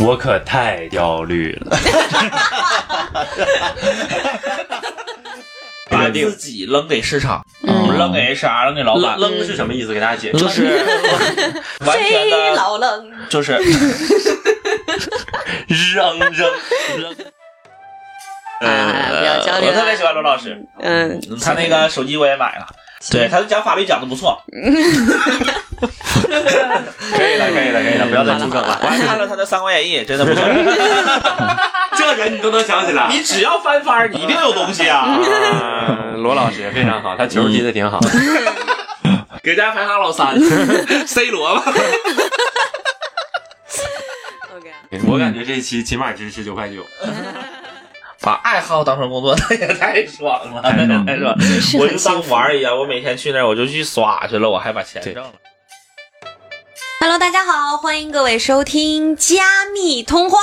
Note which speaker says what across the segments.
Speaker 1: 我可太焦虑了。
Speaker 2: 把自己扔给市场，
Speaker 3: 嗯
Speaker 2: 扔给 HR，扔给老板
Speaker 1: 扔。扔是什么意思？给大家解释。
Speaker 2: 就是 完全
Speaker 3: 飞
Speaker 2: 的，
Speaker 3: 哎老冷，
Speaker 2: 就是 扔扔扔。呃
Speaker 3: 啊不要交流
Speaker 2: 哎我特别喜欢罗老师，
Speaker 3: 嗯，
Speaker 2: 他那个手机我也买了，对，他讲法律讲的不 错，
Speaker 1: 可以了，可以了，可以了，不要再出梗了。
Speaker 2: 我还看了他的《三国演义》，真的 不错。
Speaker 1: 这人你都能想起来。
Speaker 2: 你只要翻番儿，你一定有东西啊！
Speaker 1: 啊罗老师非常好，他球踢的挺好，
Speaker 2: 给大家排行老 三，C 罗吧。
Speaker 3: OK，
Speaker 1: 我感觉这期起码值十九块九。
Speaker 2: 把爱好当成工作，那也太爽了，太爽了！
Speaker 3: 是
Speaker 2: 我
Speaker 3: 很
Speaker 2: 就当
Speaker 3: 幸福
Speaker 2: 玩儿一样，我每天去那儿我就去耍去了，我还把钱挣了。
Speaker 3: Hello，大家好，欢迎各位收听加密通话。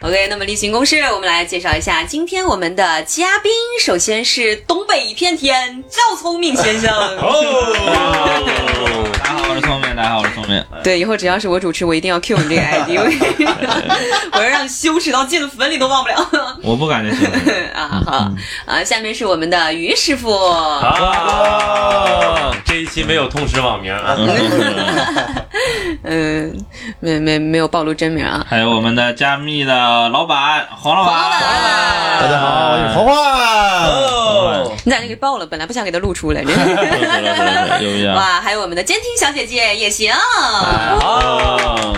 Speaker 3: OK，那么例行公事，我们来介绍一下今天我们的嘉宾。首先是东北一片天赵聪明 先生。
Speaker 1: 哦，
Speaker 2: 大家好，我是聪明，大家好，我是聪明。
Speaker 3: 对，以后只要是我主持，我一定要 Q 你这个 ID，我我要让羞耻到进坟里都忘不了
Speaker 2: 我不感觉聪明。
Speaker 3: 啊！好
Speaker 2: 嗯
Speaker 3: 啊，下面是我们的于师傅。
Speaker 1: 好，这一期没有痛失网名啊。
Speaker 3: 嗯，没没没有暴露真名 啊。
Speaker 2: 还有我们的加密的老板哎黄老
Speaker 3: 黄老板
Speaker 4: 大家好，我是黄欢。
Speaker 2: 哦，
Speaker 3: 你咋就给爆了？本来不想给他露出来 着。
Speaker 2: 有
Speaker 1: 啊
Speaker 2: 不有？
Speaker 3: 哇，还有我们的监听小姐姐也行，
Speaker 2: 哦，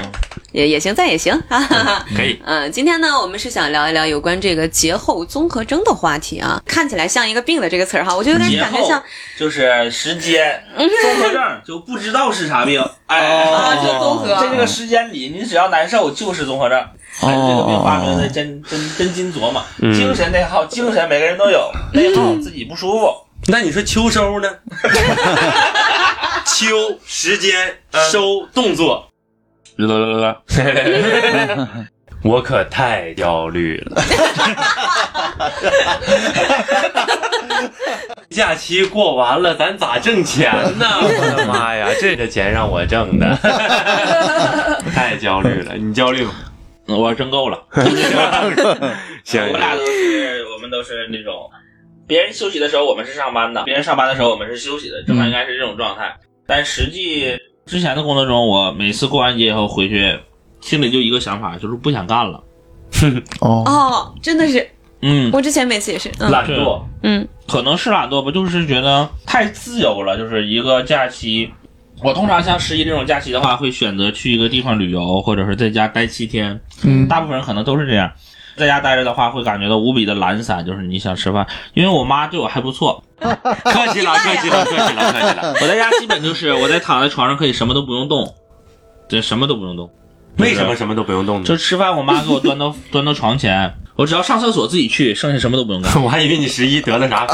Speaker 3: 也也行，在也行啊。哈哈。
Speaker 1: 可以，
Speaker 3: 嗯，今天呢，我们是想聊一聊有关这个节后综合征的话题啊。看起来像一个病的这个词儿哈，我就有点
Speaker 2: 节
Speaker 3: 感觉
Speaker 2: 后
Speaker 3: 像
Speaker 2: 就是时间综合症，就不知道是啥病。哎，
Speaker 3: 啊，就综合。
Speaker 2: 在这个时间里，你只要难受就是综合症。哎，这个病发明的真真真金琢磨，精神内耗，精神每个人都有，内耗自己不舒服。
Speaker 1: 那你说秋收呢？秋时间收动作。 我可太焦虑了。 假期过完了，咱咋挣钱 呢？我的妈哎呀，这这钱让我挣的， 太焦虑了。你焦虑吗？
Speaker 2: 我挣够了，
Speaker 1: 行
Speaker 2: 我们俩都是，我们都是那种，别人休息的时候我们是上班的，别人上班的时候我们是休息的，
Speaker 1: 嗯
Speaker 2: 正常应该是这种状态。但实际之前的工作中，我每次过完节以后回去，心里就一个想法，就是不想干了。
Speaker 4: 哦，
Speaker 3: 哦，真的是，
Speaker 2: 嗯，
Speaker 3: 我之前每次也是，嗯
Speaker 1: 懒惰，
Speaker 3: 嗯
Speaker 2: 可能是懒惰吧，就是觉得太自由了，就是一个假期。我通常像十一这种假期的话，会选择去一个地方旅游，或者是在家待七天。
Speaker 4: 嗯，
Speaker 2: 大部分人可能都是这样，在家待着的话，会感觉到无比的懒散，就是你想吃饭。因为我妈对我还不错，
Speaker 1: 客气了，客气了，客气了，客气 了。
Speaker 2: 我在家基本就是我在躺在床上可以什么都不用动，对，什么都不用动。
Speaker 1: 为什么什么都不用动呢？
Speaker 2: 就吃饭，我妈给我端到端到床前，我只要上厕所自己去，剩下什么都不用干。
Speaker 1: 我还以为你十一得了啥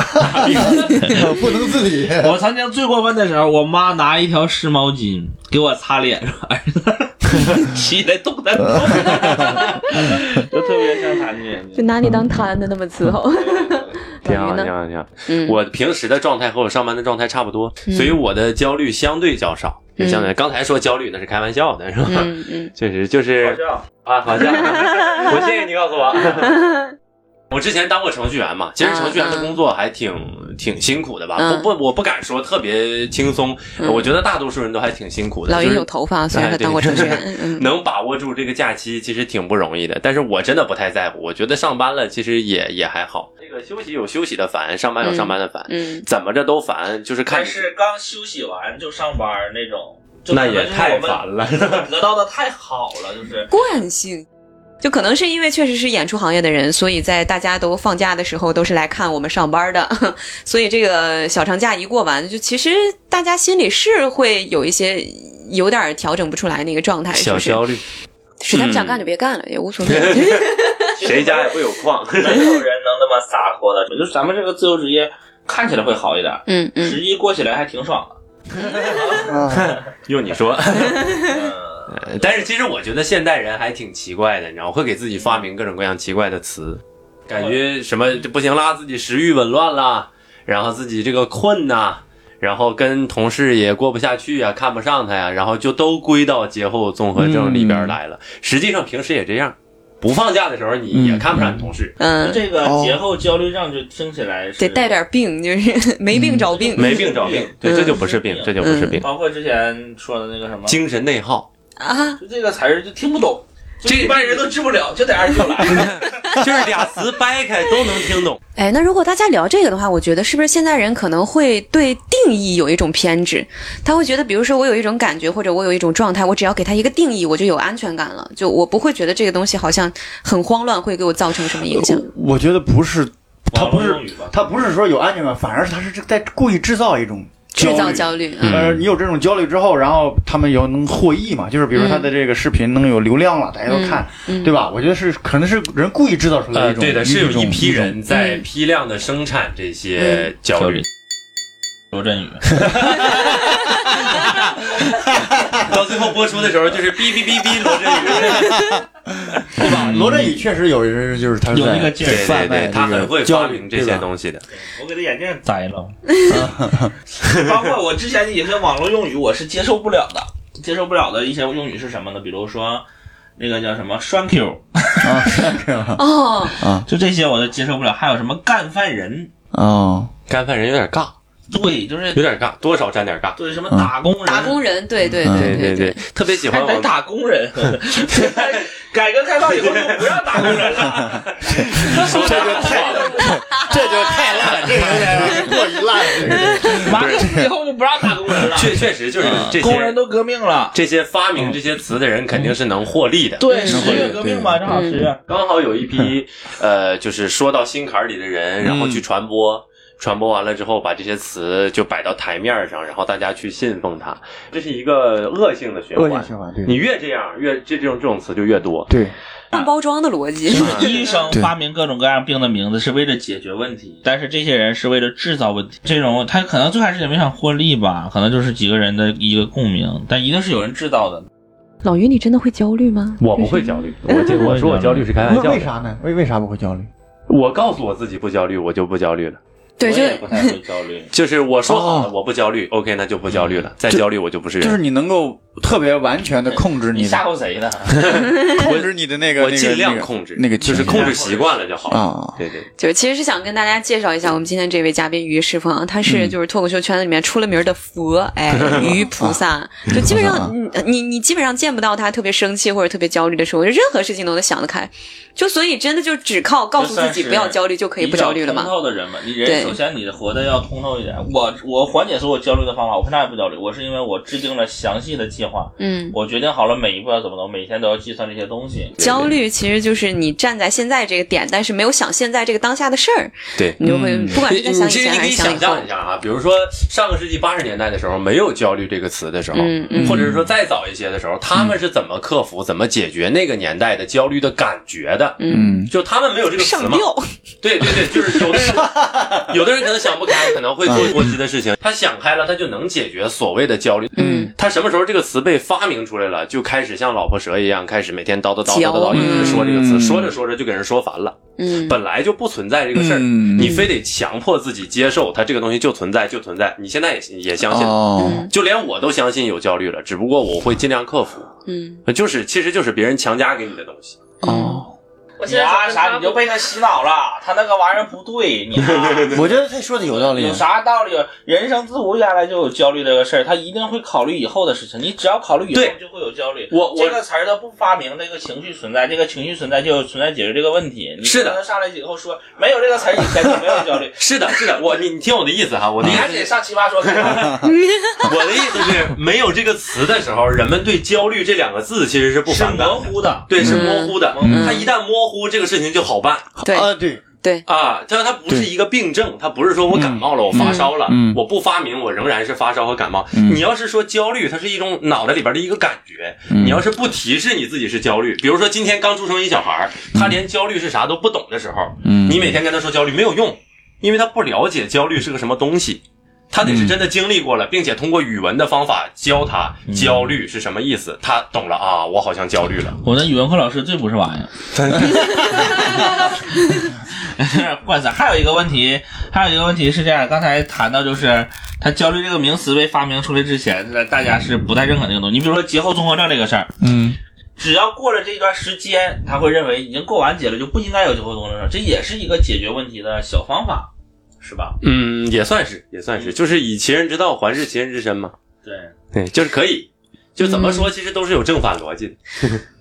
Speaker 1: 病，
Speaker 4: 不能自理。
Speaker 2: 我曾经最过分的时候，我妈拿一条湿毛巾给我擦脸，说：“儿子， 起来动弹 动弹。”就特别像残疾人。
Speaker 3: 拿你当摊的那么伺候。
Speaker 1: 挺好，
Speaker 3: 你嗯呢
Speaker 1: 挺好，挺好。
Speaker 3: 嗯，
Speaker 1: 我平时的状态和我上班的状态差不多，所以我的焦虑相对较少。就相对刚才说焦虑那是开玩笑的，是吧？
Speaker 3: 嗯嗯。
Speaker 1: 确实就是啊，好 像我谢谢你告诉我。我之前当过程序员嘛，其实程序员的工作还挺、挺辛苦的吧，
Speaker 3: 嗯
Speaker 1: 不不，我不敢说特别轻松，
Speaker 3: 嗯
Speaker 1: 我觉得大多数人都还挺辛苦的。
Speaker 3: 老
Speaker 1: 就
Speaker 3: 鹰
Speaker 1: 是
Speaker 3: 有头发，虽然他当过程序 员，嗯嗯
Speaker 1: 能把握住这个假期其实挺不容易的，但是我真的不太在乎。我觉得上班了其实也也还好，这个休息有休息的烦，上班有上班的烦，
Speaker 3: 嗯，
Speaker 1: 怎么着都烦，就是看
Speaker 2: 但
Speaker 1: 你
Speaker 2: 是刚休息完就上班儿那种，就可
Speaker 1: 那
Speaker 2: 能
Speaker 1: 也
Speaker 2: 就是
Speaker 1: 太
Speaker 2: 我们
Speaker 1: 烦了。
Speaker 2: 得到的太好了，就是
Speaker 3: 惯性。就可能是因为确实是演出行业的人，所以在大家都放假的时候都是来看我们上班的， 所以这个小长假一过完，就其实大家心里是会有一些有点儿调整不出来那个状态，是
Speaker 1: 小
Speaker 3: 不是？
Speaker 1: 焦虑，嗯
Speaker 3: 实在不想干就别干了，也无所谓。
Speaker 1: 谁家也不有矿。
Speaker 2: 没有人能那么洒脱的。就是咱们这个自由职业看起来会好一点，
Speaker 3: 嗯嗯，
Speaker 2: 实际过起来还挺爽的。
Speaker 1: 用 你说，呃但是其实我觉得现代人还挺奇怪的，你知道，会给自己发明各种各样奇怪的词，感觉什么这不行啦，自己食欲紊乱啦，然后自己这个困呐、然后跟同事也过不下去呀、看不上他呀，然后就都归到节后综合症里边来了。实际上平时也这样，不放假的时候你也看不上你同事，
Speaker 3: 嗯，
Speaker 2: 这个节后焦虑症就听起来是
Speaker 3: 得带，点病，就是没病找病，
Speaker 1: 嗯没病找病，对，
Speaker 3: 嗯
Speaker 1: 这就不是病，这就不是病，
Speaker 2: 包括之前说的那个什么，
Speaker 1: 精神内耗。
Speaker 3: 啊，
Speaker 2: 就这个才是就听不懂，就
Speaker 1: 这
Speaker 2: 一般人都治不了，就得二舅来。
Speaker 1: 就是俩词掰开都能听懂。
Speaker 3: 哎，那如果大家聊这个的话，我觉得是不是现在人可能会对定义有一种偏执？他会觉得，比如说我有一种感觉，或者我有一种状态，我只要给他一个定义，我就有安全感了，就我不会觉得这个东西好像很慌乱，会给我造成什么影
Speaker 5: 呃
Speaker 3: 响。
Speaker 4: 我觉得不是，他不
Speaker 2: 网络用
Speaker 4: 是
Speaker 2: 语吧
Speaker 4: 他不是说有安全感，反而是他是在故意制造一种
Speaker 3: 制造
Speaker 4: 焦虑。
Speaker 3: 焦虑，
Speaker 1: 嗯
Speaker 3: 嗯
Speaker 4: 呃，你有这种焦虑之后，然后他们有能获益嘛？就是比如说他的这个视频能有流量了，大家都看，
Speaker 3: 嗯
Speaker 4: 对吧？我觉得是可能是人故意制造出来的
Speaker 1: 呃，
Speaker 4: 一种，
Speaker 1: 对的，是有
Speaker 4: 种
Speaker 1: 一批，人在
Speaker 3: 嗯
Speaker 1: 批量的生产这些焦虑，
Speaker 2: 罗振宇，
Speaker 1: 到最后播出的时候就是哔哔哔哔罗振宇，
Speaker 4: 一种对
Speaker 1: 嗯
Speaker 4: 吧？罗振宇确实有人就是他
Speaker 2: 有那个
Speaker 4: 在
Speaker 2: 劲儿
Speaker 1: 对对
Speaker 4: 贩卖
Speaker 1: 对，他
Speaker 4: 这
Speaker 1: 很
Speaker 4: 个
Speaker 1: 会
Speaker 4: 焦
Speaker 1: 发
Speaker 4: 虑
Speaker 1: 明这些东西的。
Speaker 2: 我给他眼镜
Speaker 5: 栽了。
Speaker 2: 包括我之前有些网络用语，我是接受不了的，接受不了的一些用语是什么呢？比如说那个叫什么双 Q，
Speaker 4: 啊，是
Speaker 5: 嗯
Speaker 4: 吧？
Speaker 3: 哦，
Speaker 2: 就这些我都接受不了。还有什么干饭人？
Speaker 4: 哦，
Speaker 1: 干饭人有点尬，
Speaker 2: 对，就是
Speaker 1: 有点尬，多少沾点尬。
Speaker 2: 对什么打工人，
Speaker 3: 打工人，对对
Speaker 4: 嗯
Speaker 3: 对对，
Speaker 1: 对对，特别喜
Speaker 2: 还
Speaker 1: 欢
Speaker 2: 得
Speaker 1: 我。
Speaker 2: 打工人。 改革开放以后就不让打工人了，
Speaker 1: 说这个太
Speaker 4: 这就太烂 了，这有点过于烂了这个。
Speaker 2: 完了以后就不让打工人了。
Speaker 1: 确确实就是这
Speaker 2: 工人
Speaker 1: 些
Speaker 2: 都革命了，
Speaker 1: 这些发明这些词的人肯定是能获利的。
Speaker 2: 对，
Speaker 4: 嗯
Speaker 2: 十月革命嘛，
Speaker 4: 对
Speaker 2: 正好十月。
Speaker 1: 刚好有一 批呃，就是说到心坎儿里的人，
Speaker 4: 嗯
Speaker 1: 然后去传播。传播完了之后，把这些词就摆到台面上，然后大家去信奉它，这是一个恶性的循
Speaker 4: 恶
Speaker 1: 环。
Speaker 4: 性循环，对
Speaker 1: 你越这样，越这这种这种词就越多。
Speaker 4: 哦对，
Speaker 3: 半包装的逻辑，
Speaker 2: 医生
Speaker 4: 对
Speaker 2: 发明各种各样病的名字是为了解决问题，但是这些人是为了制造问题。这种他可能最开始也没想获利吧，可能就是几个人的一个共鸣，但一定是有人制造的。
Speaker 3: 老于，你真的会焦虑吗？
Speaker 1: 我不会焦虑，我这我说我焦虑是开玩
Speaker 4: 为
Speaker 1: 笑
Speaker 4: 为
Speaker 1: 的。
Speaker 4: 啥呢？为为啥不会焦虑？
Speaker 1: 我告诉我自己不焦虑，我就不焦虑了。。
Speaker 3: 对，
Speaker 2: 我
Speaker 3: 就
Speaker 2: 也不太会焦虑
Speaker 1: 就是我说好了
Speaker 4: 哦嗯
Speaker 1: 我不焦虑，OK，那就不焦虑了。再焦虑我就不是
Speaker 4: 就是
Speaker 1: 人。
Speaker 4: 你能够特别完全的控制
Speaker 2: 你
Speaker 4: 你
Speaker 2: 吓
Speaker 4: 的，
Speaker 2: 唬谁呢？
Speaker 4: 控制你的那个，
Speaker 1: 我
Speaker 4: 那个
Speaker 1: 尽量
Speaker 4: 那个
Speaker 1: 控制
Speaker 4: 那个
Speaker 1: 就
Speaker 4: 情
Speaker 1: 是
Speaker 4: 绪
Speaker 1: 控制习惯了就好了。
Speaker 4: 啊。
Speaker 1: 对对，
Speaker 3: 就其实是想跟大家介绍一下我们今天这位嘉宾于世峰啊，他
Speaker 1: 嗯
Speaker 3: 是就是脱口秀圈子里面出了名儿的佛， 哎，于菩萨，就基本上你你你基本上见不到他特别生气或者特别焦虑的时候，就任何事情都能想得开，就所以真的就只靠告诉自己
Speaker 2: 就算是
Speaker 3: 不要焦虑就可以不焦虑了
Speaker 2: 比
Speaker 3: 嘛
Speaker 2: 较通。透的人嘛，你
Speaker 3: 对
Speaker 2: 人首先你活得要通透一点。我我缓解所有焦虑的方法，我为啥也不焦虑？我是因为我制定了详细的计划，
Speaker 3: 嗯，
Speaker 2: 我决定好了每一步要怎么弄，每天都要计算这些东西。
Speaker 3: 焦虑其实就是你站在现在这个点，但是没有想现在这个当下的事儿，
Speaker 1: 对。
Speaker 3: 你就会不管是在想以
Speaker 1: 其实
Speaker 3: 前
Speaker 1: 嗯 你可
Speaker 3: 还
Speaker 1: 以
Speaker 3: 是想
Speaker 1: 想
Speaker 3: 以后
Speaker 1: 象，一下啊，比如说上个世纪八十年代的时候，没有“焦虑”这个词的时候，
Speaker 3: 嗯嗯
Speaker 1: 或者是说再早一些的时候，他们是怎么克服、怎么解决那个年代的焦虑的感觉的？
Speaker 3: 嗯，
Speaker 4: 嗯，
Speaker 1: 就他们没有这个词
Speaker 3: 上
Speaker 1: 嘛？
Speaker 3: 吊，
Speaker 1: 对对对，就是有 的人，有的人可能想不开，可能会
Speaker 3: 嗯
Speaker 1: 做过激的事情。他想开了，他就能解决所谓的焦虑。
Speaker 3: 嗯，
Speaker 1: 他什么时候这个词被发明出来了，就开始像老婆蛇一样，开始每天叨叨叨
Speaker 3: 嚼
Speaker 1: 叨叨叨，一直说这个词，
Speaker 4: 嗯
Speaker 1: 说着说着就给人说烦了。
Speaker 3: 嗯，
Speaker 1: 本来就不存在这个事儿，
Speaker 4: 嗯
Speaker 1: 你非得强迫自己接受它这个东西就存在就存在。你现在也也相信，
Speaker 4: 哦
Speaker 3: 嗯
Speaker 1: 就连我都相信有焦虑了，只不过我会尽量克服。
Speaker 3: 嗯
Speaker 1: 就是其实就是别人强加给你的东西。
Speaker 4: 哦，
Speaker 2: 我你啊啥，你就被他洗脑了，他那个玩意儿不对， 你、啊。
Speaker 4: 我觉得他说的嗯有道理
Speaker 5: 啊
Speaker 2: 有。啥道理？人生自古以来就有焦虑这个事儿，他一定会考虑以后的事情。你只要考虑以后
Speaker 1: 对，
Speaker 2: 就会有焦虑。
Speaker 1: 我我
Speaker 2: 这个词儿它不发明，这个情绪存在，这个情绪存在就有存在解决这个问题。你
Speaker 1: 是的。
Speaker 2: 不能上来以后说没有这个词儿以前就没有焦虑
Speaker 1: 是的，是的，我你你听我的意思哈，我的意
Speaker 2: 你
Speaker 1: 思
Speaker 2: 还得上奇葩说看看，
Speaker 1: 我的意思是，没有这个词的时候，人们对焦虑这两个字其实是不
Speaker 2: 是
Speaker 1: 反感
Speaker 2: 模
Speaker 1: 的，
Speaker 2: 糊的。
Speaker 1: 对，是模糊的。
Speaker 4: 嗯
Speaker 1: 它一旦模糊，这个事情就好办
Speaker 3: 对
Speaker 4: 啊，对，
Speaker 3: 对，
Speaker 1: 啊。它它不是一个病症，它不是说我感冒了，我发烧了
Speaker 4: 嗯，
Speaker 1: 我不发明，我仍然是发烧和感冒。你要是说焦虑，它是一种脑袋里边的一个感觉。你要是不提示你自己是焦虑，比如说今天刚出生一小孩儿，他连焦虑是啥都不懂的时候，
Speaker 4: 嗯
Speaker 1: 你每天跟他说焦虑没有用，因为他不了解焦虑是个什么东西，他得是真的经历过了，并且通过语文的方法教他焦虑是什么意思，他懂了啊，我好像焦虑了。
Speaker 2: 我那语文课老师最不是玩意儿，惯死。还有一个问题，还有一个问题是这样，刚才谈到就是他焦虑这个名词被发明出来之前，大大家是不太认可这个东西。你比如说节后综合症这个事儿，
Speaker 5: 嗯，
Speaker 2: 只要过了这一段时间，他会认为已经过完节了，就不应该有节后综合症，这也是一个解决问题的小方法，是吧？
Speaker 1: 嗯，也算是，也算是，就是以其人之道还治其人之身嘛。
Speaker 2: 对，
Speaker 1: 对，就是可以，就怎么说，其实都是有正反逻辑的。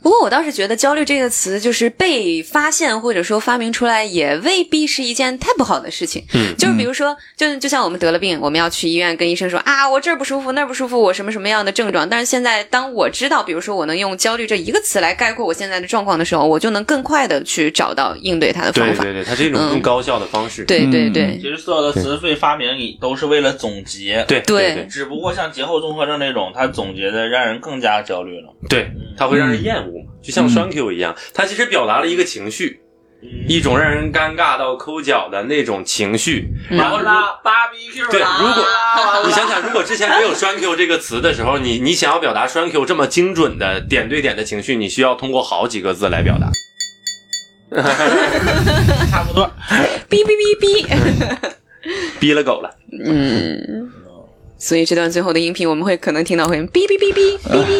Speaker 3: 不过我倒是觉得“焦虑”这个词，就是被发现或者说发明出来，也未必是一件太不好的事情。
Speaker 1: 嗯
Speaker 3: 就是比如说，就就像我们得了病，我们要去医院跟医生说啊，我这儿不舒服，那儿不舒服，我什么什么样的症状。但是现在，当我知道，比如说我能用“焦虑”这一个词来概括我现在的状况的时候，我就能更快的去找到应对它的方
Speaker 1: 对
Speaker 3: 法。
Speaker 1: 对对，它是一种更高效的方式。
Speaker 3: 对对
Speaker 5: 嗯
Speaker 3: 对
Speaker 2: 其实所有的词被发明，你都是为了总结。
Speaker 1: 对
Speaker 3: 对
Speaker 1: 对
Speaker 2: 只不过像节后综合症这种，它总结的让人更加焦虑了。
Speaker 1: 对，它会让人厌恶嘛，就像
Speaker 5: 嗯
Speaker 1: t h a n k you 一样，它其实表达了一个情绪，一种让人尴尬到抠脚的那种情绪。
Speaker 3: 嗯
Speaker 1: 然后如
Speaker 2: 啦，barbecue
Speaker 1: 嗯对
Speaker 2: 啦
Speaker 1: 如果
Speaker 2: 啦
Speaker 1: 你想想，如果之前没有 “thank you” 这个词的时候，你你想要表达 “thank you” 这么精准的点对点的情绪，你需要通过好几个字来表达。
Speaker 2: 差 不多，
Speaker 3: 哔哔哔哔。
Speaker 1: 逼了狗了，
Speaker 3: 嗯，所以这段最后的音频我们会可能听到会哔哔哔哔哔哔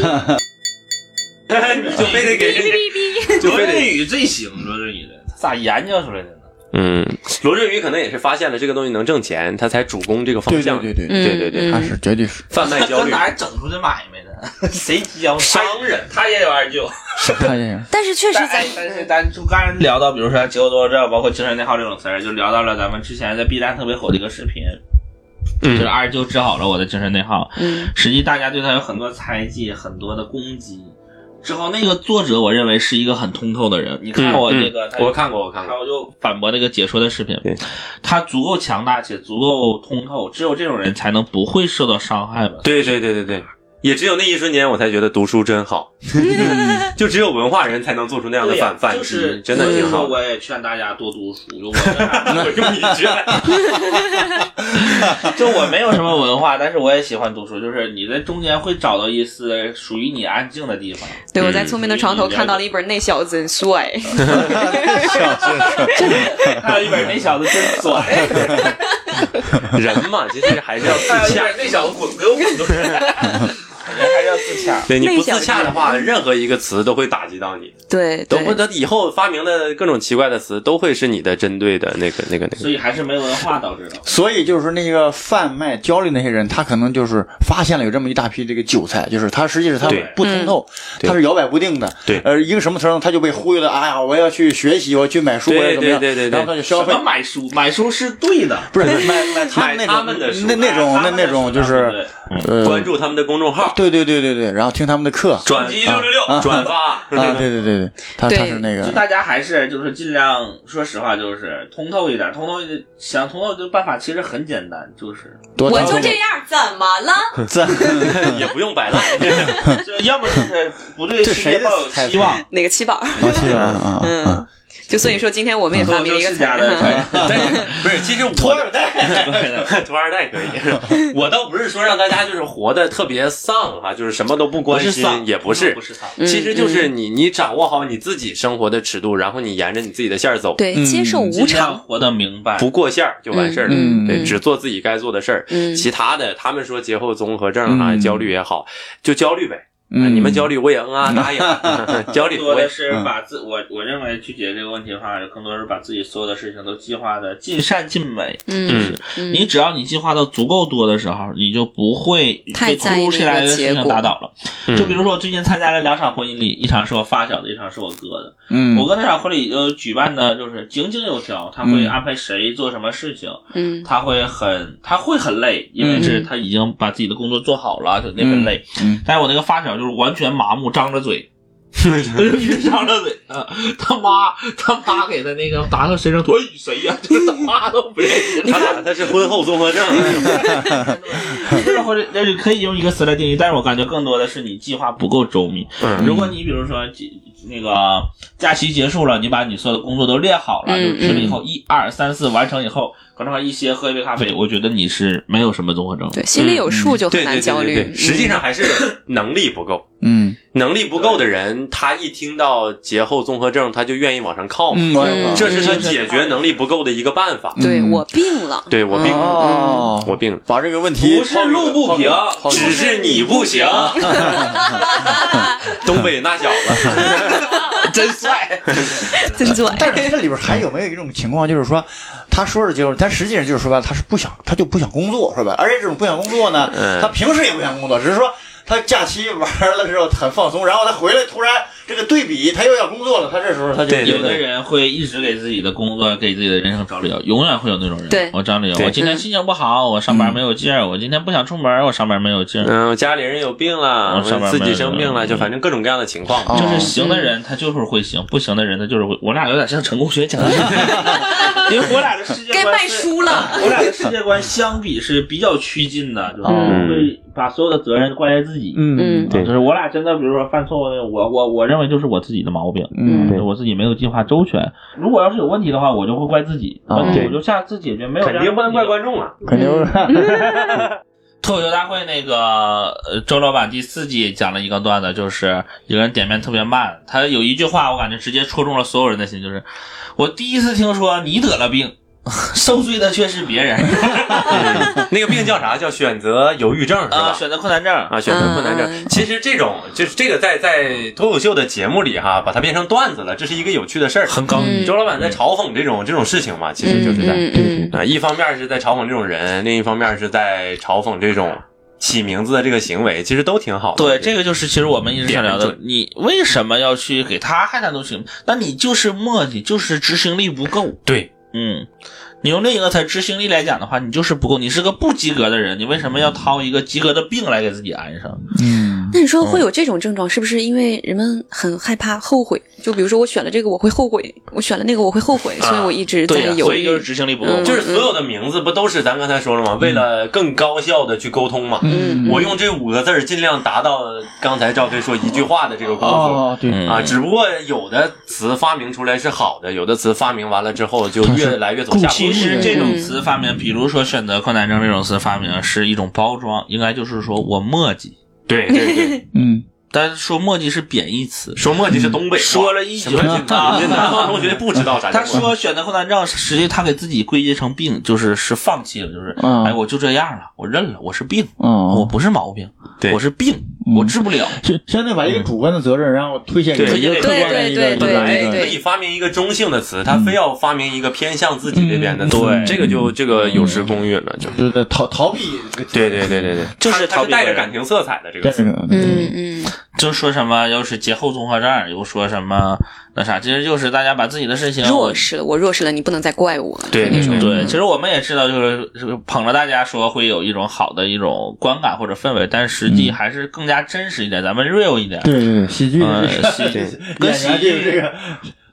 Speaker 1: 你就非得
Speaker 3: 哔
Speaker 1: 给，
Speaker 3: 哔哔。
Speaker 1: 就非得。
Speaker 2: 语最行，罗振宇的，他咋研究出来的 呢？
Speaker 1: 嗯，罗振宇可能也是发现了这个东西能挣钱，他才主攻这个方
Speaker 5: 对
Speaker 1: 向。
Speaker 5: 对对对，
Speaker 3: 嗯
Speaker 1: 对对对
Speaker 5: 他
Speaker 3: 嗯
Speaker 5: 是绝 对是
Speaker 1: 贩卖焦
Speaker 2: 他
Speaker 1: 虑，
Speaker 2: 哪儿整出这买卖的？ 谁教
Speaker 1: 商人？
Speaker 2: 他也有二舅。
Speaker 5: 是他这样，
Speaker 3: 但是确实
Speaker 2: 但
Speaker 3: 咱
Speaker 2: 哎但是咱就刚才聊到，比如说节后多症，包括精神内耗这种词儿，就聊到了咱们之前在 B 站特别火的一个视频，就是
Speaker 1: 嗯，
Speaker 2: 二舅治好了我的精神内耗。
Speaker 3: 嗯
Speaker 2: 实际大家对他有很多猜忌，很多的攻击。之后那个作者，我认为是一个很通透的人。你看我这个，
Speaker 1: 嗯
Speaker 2: 他
Speaker 1: 我看过，我看
Speaker 2: 然
Speaker 1: 过，
Speaker 2: 后就反驳那个解说的视频
Speaker 1: 对，
Speaker 2: 他足够强大且足够通透，只有这种人才能不会受到伤害吧？
Speaker 1: 对对对对对，也只有那一瞬间，我才觉得读书真好，就只有文化人才能做出那样的
Speaker 2: 对呀
Speaker 1: 反反
Speaker 2: 就
Speaker 1: 击
Speaker 2: 是，
Speaker 1: 真的
Speaker 2: 所以
Speaker 1: 挺
Speaker 2: 说
Speaker 1: 好。
Speaker 2: 我也劝大家多读书，就我我用你劝，就我没有什么文化，但是我也喜欢读书，就是你在中间会找到一丝属于你安静的地 方。
Speaker 3: 对，我在聪明的床头看到了一本《那小子很 帅》，
Speaker 2: 还有一本那小子真 酸，
Speaker 1: 人嘛，其实还是要 自
Speaker 2: 哎还有一
Speaker 1: 洽。
Speaker 2: 本那小子滚给我滚出去， 还是要自洽。
Speaker 1: 对，你
Speaker 3: 内
Speaker 1: 不
Speaker 3: 向
Speaker 1: 自洽的话，任何一个词都会打击到你，
Speaker 3: 对，
Speaker 1: 都
Speaker 3: 对
Speaker 1: 不，他以后发明的各种奇怪的词，都会是你的针对的那个、那个、那
Speaker 2: 所
Speaker 1: 个。
Speaker 2: 以还是没文化导致的。
Speaker 5: 所以就是那个贩卖焦虑那些人，他可能就是发现了有这么一大批这个韭菜，就是他实际是他
Speaker 1: 对嗯
Speaker 5: 不通透，
Speaker 1: 对
Speaker 5: 他是摇摆不定的。
Speaker 1: 对
Speaker 5: 呃，一个什么词儿呢他就被忽悠的，哎呀，我要去学习，我要去买书，
Speaker 1: 对
Speaker 5: 我要怎么样？
Speaker 1: 对对对对
Speaker 5: 然后他就消
Speaker 2: 什
Speaker 5: 费
Speaker 2: 么，买书？买书是对的，
Speaker 5: 不是买买他
Speaker 1: 买
Speaker 5: 们那
Speaker 1: 他
Speaker 5: 种
Speaker 1: 们的书
Speaker 5: 那那种那那种就是
Speaker 2: 对
Speaker 5: 呃，
Speaker 1: 关注他们的公众号，
Speaker 5: 对对对对对，然后听他们的课啊，
Speaker 1: 转
Speaker 2: 击666
Speaker 1: 啊转发，
Speaker 5: 对对对对，他
Speaker 3: 对
Speaker 5: 他是那
Speaker 2: 就
Speaker 5: 个
Speaker 2: 大家还是就是尽量，说实话就是通透一点，通透一点，想通透的办法其实很简单， 就是
Speaker 5: 多
Speaker 3: 我
Speaker 5: 当
Speaker 3: 就
Speaker 5: 中
Speaker 3: 这样，怎么了？
Speaker 5: 赞，
Speaker 1: 也不用摆烂。
Speaker 2: 就要么就是不对
Speaker 5: 这
Speaker 2: 世界
Speaker 5: 谁的
Speaker 2: 抱有
Speaker 5: 采
Speaker 2: 希望，
Speaker 3: 哪个七宝？
Speaker 5: 啊是啊啊啊
Speaker 1: 哎
Speaker 5: 啊
Speaker 3: 嗯，就所以说今天我们也
Speaker 2: 通
Speaker 3: 发
Speaker 2: 透
Speaker 3: 明了
Speaker 2: 就
Speaker 3: 一个
Speaker 2: 是
Speaker 3: 词
Speaker 2: 家
Speaker 3: 儿，
Speaker 2: 的
Speaker 3: 嗯
Speaker 5: 哎
Speaker 1: 但是 不是？其实我
Speaker 5: 托二 代，
Speaker 1: 土二代可以，我倒不是说让大家就是活得特别丧哈、就是什么都不关
Speaker 2: 不是丧
Speaker 1: 心，也不是
Speaker 2: 不，是他。
Speaker 3: 嗯
Speaker 1: 其实就是你你掌握好你自己生活的尺度，然后你沿着你自己的线儿走，
Speaker 3: 对，
Speaker 5: 嗯
Speaker 3: 接受无
Speaker 2: 尽量
Speaker 3: 常，
Speaker 2: 活得明白，
Speaker 1: 不过线儿就完事儿了，
Speaker 5: 嗯嗯
Speaker 1: 对，
Speaker 3: 嗯
Speaker 1: 只做自己该做的事儿。
Speaker 3: 嗯
Speaker 1: 其他的，他们说节后综合症啊、
Speaker 5: 嗯
Speaker 1: 焦虑也好，就焦虑呗。啊
Speaker 5: 嗯
Speaker 1: 你们焦虑，我也嗯啊答应。 焦虑
Speaker 2: 多
Speaker 1: 我
Speaker 2: 的
Speaker 1: 也
Speaker 2: 是把自我我认为去解决这个问题的话，更多是把自己所有的事情都计划的尽善尽美。
Speaker 3: 嗯
Speaker 2: 你只要你计划到足够多的时候，你就不会
Speaker 3: 太
Speaker 2: 被
Speaker 3: 在
Speaker 2: 突
Speaker 3: 意
Speaker 2: 如其
Speaker 3: 那个
Speaker 2: 来的事
Speaker 3: 结
Speaker 2: 情
Speaker 3: 果
Speaker 2: 打倒了。
Speaker 1: 嗯
Speaker 2: 就比如说，我最近参加了两场婚姻礼，一场是我发小的，一场是我哥的。
Speaker 5: 嗯
Speaker 2: 我哥那场婚礼呃举办的就是井井有条，他会
Speaker 5: 嗯
Speaker 2: 安排谁做什么事情，
Speaker 3: 嗯
Speaker 2: 他会很他会很累，因为是
Speaker 3: 嗯
Speaker 2: 他已经把自己的工作做好了，就那很累。
Speaker 5: 嗯
Speaker 2: 但是我那个发小就是完全麻木，张着 嘴。张着嘴啊！他妈，他妈给他那个打到身哎上多雨 谁呀、就是他妈都不认识。
Speaker 1: 啊 他俩他是婚后综合症，
Speaker 2: 就是 或者但是可以用一个词来定义，但是我感觉更多的是你计划不够周密。
Speaker 1: 嗯
Speaker 2: 如果你比如说那个假期结束了，你把你所有的工作都列好了，
Speaker 3: 嗯
Speaker 2: 就吃了以后一二三四完成以后，可能一歇喝一杯咖啡，我觉得你是没有什么综合症。
Speaker 3: 对，心里有数就很
Speaker 1: 对
Speaker 3: 难
Speaker 1: 对
Speaker 3: 焦
Speaker 1: 对
Speaker 3: 虑。
Speaker 1: 对对，实
Speaker 3: 嗯
Speaker 1: 际上还是能力不够。
Speaker 5: 嗯
Speaker 1: 能力不够的人，他一听到节后综合症，他就愿意往上靠嘛。
Speaker 5: 嗯，我也
Speaker 3: 嗯
Speaker 1: 这是他解决能力不够的一个办法。
Speaker 5: 嗯
Speaker 3: 对我病了，
Speaker 1: 对我病，了，
Speaker 5: 哦，
Speaker 1: 我病了。
Speaker 5: 把这个问题
Speaker 2: 不是路不平，
Speaker 1: 只是你不行，东北那小子，
Speaker 2: 真帅。
Speaker 3: 真做。
Speaker 5: 但是这里边还有没有一种情况，就是说，他说是结婚，但实际上就是说白了，他是不想，他就不想工作，说白了。而且这种不想工作呢，
Speaker 1: 嗯
Speaker 5: 他平时也不想工作，只是说他假期玩了之后很放松，然后他回来突然这个对比，他又要工作了，他这时候他就
Speaker 1: 对对
Speaker 2: 有的
Speaker 1: 对
Speaker 2: 人会一直给自己的工作、给自己的人生找理由，永远会有那种人。
Speaker 3: 对
Speaker 2: 我找理由，
Speaker 1: 对
Speaker 2: 我今天心情不好，我上班没有劲儿；我今天不想出门，我上班没有劲儿。
Speaker 1: 嗯，我家里人有病了，
Speaker 2: 嗯上班
Speaker 1: 自
Speaker 2: 没
Speaker 1: 己
Speaker 2: 有
Speaker 1: 生病了，
Speaker 2: 嗯
Speaker 1: 就反正各种各样的情况。
Speaker 5: 哦
Speaker 2: 就是行的人，他就是会行；不行的人，他就是会。我俩有点像成功学讲的， 因为我俩的世界
Speaker 3: 该
Speaker 2: 观
Speaker 3: 卖
Speaker 2: 是
Speaker 3: 书了，
Speaker 2: 我俩的世界观相比是比较趋近的，就是
Speaker 1: 嗯
Speaker 2: 会把所有的责任怪在自己。啊
Speaker 3: 嗯
Speaker 1: 对
Speaker 2: 就是我俩真的，比如说犯错误那种，我我我认为就是我自己的毛病，
Speaker 5: 嗯
Speaker 1: 对
Speaker 2: 我自己没有计划周全。如果要是有问题的话，我就会怪自己，
Speaker 5: 啊
Speaker 2: 问题
Speaker 1: 嗯对
Speaker 2: 我就下次解决，没有
Speaker 1: 肯定不能怪。观众啊！
Speaker 5: 肯定是
Speaker 2: 脱口秀大会那个呃周老板第四季讲了一个段子，就是有人点面特别慢，他有一句话我感觉直接戳中了所有人的心，就是我第一次听说你得了病， 受罪的却是别 人
Speaker 1: 那个病叫啥？叫选择犹豫症是
Speaker 2: 啊，
Speaker 1: 吧？
Speaker 2: 选择困难症。
Speaker 1: 嗯啊，选择困难
Speaker 3: 嗯
Speaker 1: 症。其实这种就是这个在在脱口秀的节目里哈，把它变成段子了，这是一个有趣的事儿。很
Speaker 3: 刚嗯
Speaker 1: 周老板在嘲讽这种这种事情嘛，其实就是在
Speaker 3: 嗯嗯
Speaker 1: 啊，一方面是在嘲讽这种人，另一方面是在嘲讽这种起名字的这个行为，其实都挺好的。
Speaker 2: 对，这个就是其实我们一直想聊的
Speaker 1: 点，
Speaker 2: 你为什么要去给他看他都行？那你就是磨叽，就是执行力不够。
Speaker 1: 对，
Speaker 2: 嗯，你用另一个词儿执行力来讲的话，你就是不够，你是个不及格的人，你为什么要掏一个及格的病来给自己安上？
Speaker 5: 嗯
Speaker 3: 那你说会有这种症状，是不是因为人们很害怕后悔？就比如说我选了这个我会后悔，我选了那个我会后悔，所以我一直在
Speaker 2: 对呀、
Speaker 3: 犹
Speaker 2: 所以
Speaker 3: 豫
Speaker 2: 就。是执行力不够。
Speaker 3: 嗯
Speaker 1: 就是所有的名字不都是咱刚才说了吗？为了更高效的去沟通嘛。
Speaker 3: 嗯
Speaker 1: 我用这五个字儿尽量达到刚才赵飞说一句话的这个功夫。
Speaker 5: 哦，对，
Speaker 2: 嗯
Speaker 1: 啊，只不过有的词发明出来是好的，有的词发明完了之后就越来越走下坡
Speaker 2: 其
Speaker 1: 路。
Speaker 2: 实
Speaker 3: 嗯
Speaker 2: 这种词发明，比如说选择困难症这种词发明是一种包装，应该就是说我磨叽，
Speaker 1: 对 对对，
Speaker 5: 嗯
Speaker 2: 但是说磨叽是贬义词，
Speaker 1: 说墨迹是东北话，
Speaker 2: 说了一
Speaker 1: 什
Speaker 2: 句
Speaker 1: 么
Speaker 2: 话
Speaker 1: 人 家南方同学不知道啥叫
Speaker 2: 他
Speaker 1: 墨迹。
Speaker 2: 说选择困难症，实际他给自己归结成病，就是是放弃了，就是、
Speaker 5: 嗯
Speaker 2: 哎，我就这样了，我认了，我是病，我
Speaker 5: 嗯，
Speaker 2: 不是毛病，
Speaker 1: 对
Speaker 2: 我是病，
Speaker 5: 嗯
Speaker 2: 我治不了。
Speaker 5: 是相对把一个主观的责任，然后推卸给
Speaker 1: 对
Speaker 5: 一个客观的一个
Speaker 3: 对对对
Speaker 1: 本来
Speaker 5: 一
Speaker 1: 可
Speaker 5: 个
Speaker 1: 哎以发明一个中性的词，他非要发明一个偏向自己这边的词，
Speaker 2: 嗯嗯对
Speaker 1: 这个就这个有失公允了，就
Speaker 5: 就是在逃逃避这个
Speaker 1: 对对对对对，
Speaker 2: 就是
Speaker 1: 它
Speaker 2: 逃
Speaker 1: 是
Speaker 2: 避
Speaker 1: 带
Speaker 2: 责
Speaker 1: 着
Speaker 2: 任
Speaker 1: 感情色彩的这个
Speaker 5: 这
Speaker 1: 词，
Speaker 5: 个
Speaker 3: 嗯嗯，
Speaker 2: 就说什么又是节后综合症，又说什么那啥，其实就是大家把自己的事情
Speaker 3: 弱势了，我弱势了，你不能再怪我。
Speaker 1: 对对对
Speaker 2: 嗯对，其实我们也知道，就是就是捧着大家说会有一种好的一种观感或者氛围，但实际还是更加真实一点，咱们 real 一点。
Speaker 5: 对对对，喜剧
Speaker 3: 嗯
Speaker 2: 呃，
Speaker 5: 这个
Speaker 2: 喜
Speaker 1: 对
Speaker 5: 跟喜剧这 个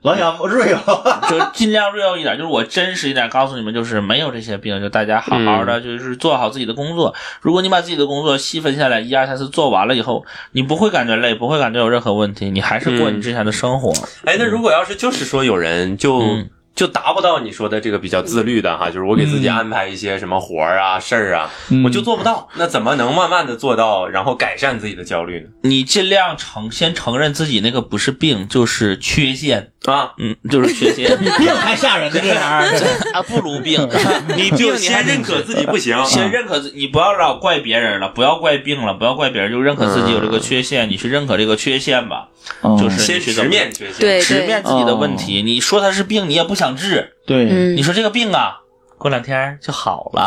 Speaker 5: 老想哦瑞了，
Speaker 2: 就尽量 real 一点，就是我真实一点，告诉你们，就是没有这些病，就大家好好的，就是做好自己的工作。如果你把自己的工作细分下来，一二三四做完了以后，你不会感觉累，不会感觉有任何问题，你还是过你之前的生活。
Speaker 1: 哎，那如果要是就是说有人就、
Speaker 2: 嗯
Speaker 1: 就达不到你说的这个比较自律的哈，就是我给自己
Speaker 5: 嗯
Speaker 1: 安排一些什么活儿啊、事儿啊，
Speaker 5: 嗯
Speaker 1: 我就做不到，那怎么能慢慢的做到，然后改善自己的焦虑呢？
Speaker 2: 你尽量承先承认自己那个不是病，就是缺陷，
Speaker 1: 啊，
Speaker 2: 嗯，就是缺陷
Speaker 5: 比病还吓人呢，这玩意儿。
Speaker 2: 啊，不如病。 你病
Speaker 1: 就
Speaker 2: 你还
Speaker 1: 先认可自己不行，啊
Speaker 2: 先认可自，你不要老怪别人了，不要怪病了，不要怪别人，就认可自己有这个缺陷，你去认可这个缺陷吧， 就是
Speaker 5: 哦
Speaker 1: 先
Speaker 2: 你去怎么
Speaker 1: 直面缺陷。
Speaker 3: 对
Speaker 2: 直面自己的问题。你说它是病，你也不想治。
Speaker 5: 对，
Speaker 3: 嗯
Speaker 2: 你，说这个病啊，过两天就好了。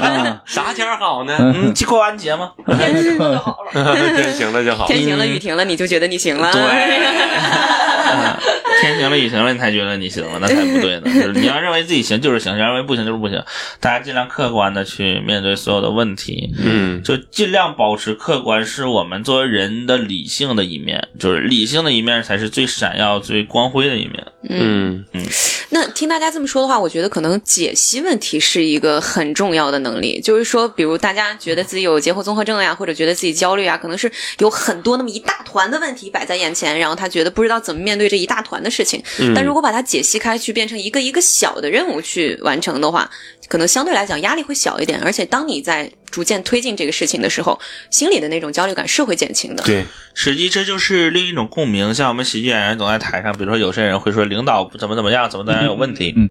Speaker 5: 啊，
Speaker 1: 啥天儿好 呢？
Speaker 2: 嗯，过完节吗？
Speaker 1: 天晴了就好。
Speaker 3: 嗯天晴了，雨停了，你就觉得你行了。
Speaker 2: 嗯天行了，雨行了，你才觉得你行了，那才不对呢。就是你要认为自己行就是行，认为不行就是不行。大家尽量客观的去面对所有的问题，
Speaker 1: 嗯，
Speaker 2: 就尽量保持客观，是我们作为人的理性的一面，就是理性的一面才是最闪耀、最光辉的一面。
Speaker 1: 嗯
Speaker 3: 那听大家这么说的话，我觉得可能解析问题是一个很重要的能力。就是说，比如大家觉得自己有结核综合症呀，或者觉得自己焦虑啊，可能是有很多那么一大团的问题摆在眼前，然后他觉得不知道怎么面对这一大团的事情。
Speaker 1: 嗯
Speaker 3: 但如果把它解析开去，变成一个一个小的任务去完成的话，可能相对来讲压力会小一点。而且当你在逐渐推进这个事情的时候，心里的那种焦虑感是会减轻的。
Speaker 5: 对，
Speaker 2: 实际这就是另一种共鸣。像我们喜剧演员总在台上，比如说有些人会说领导怎么怎么样，怎么怎么样有问题，
Speaker 5: 嗯，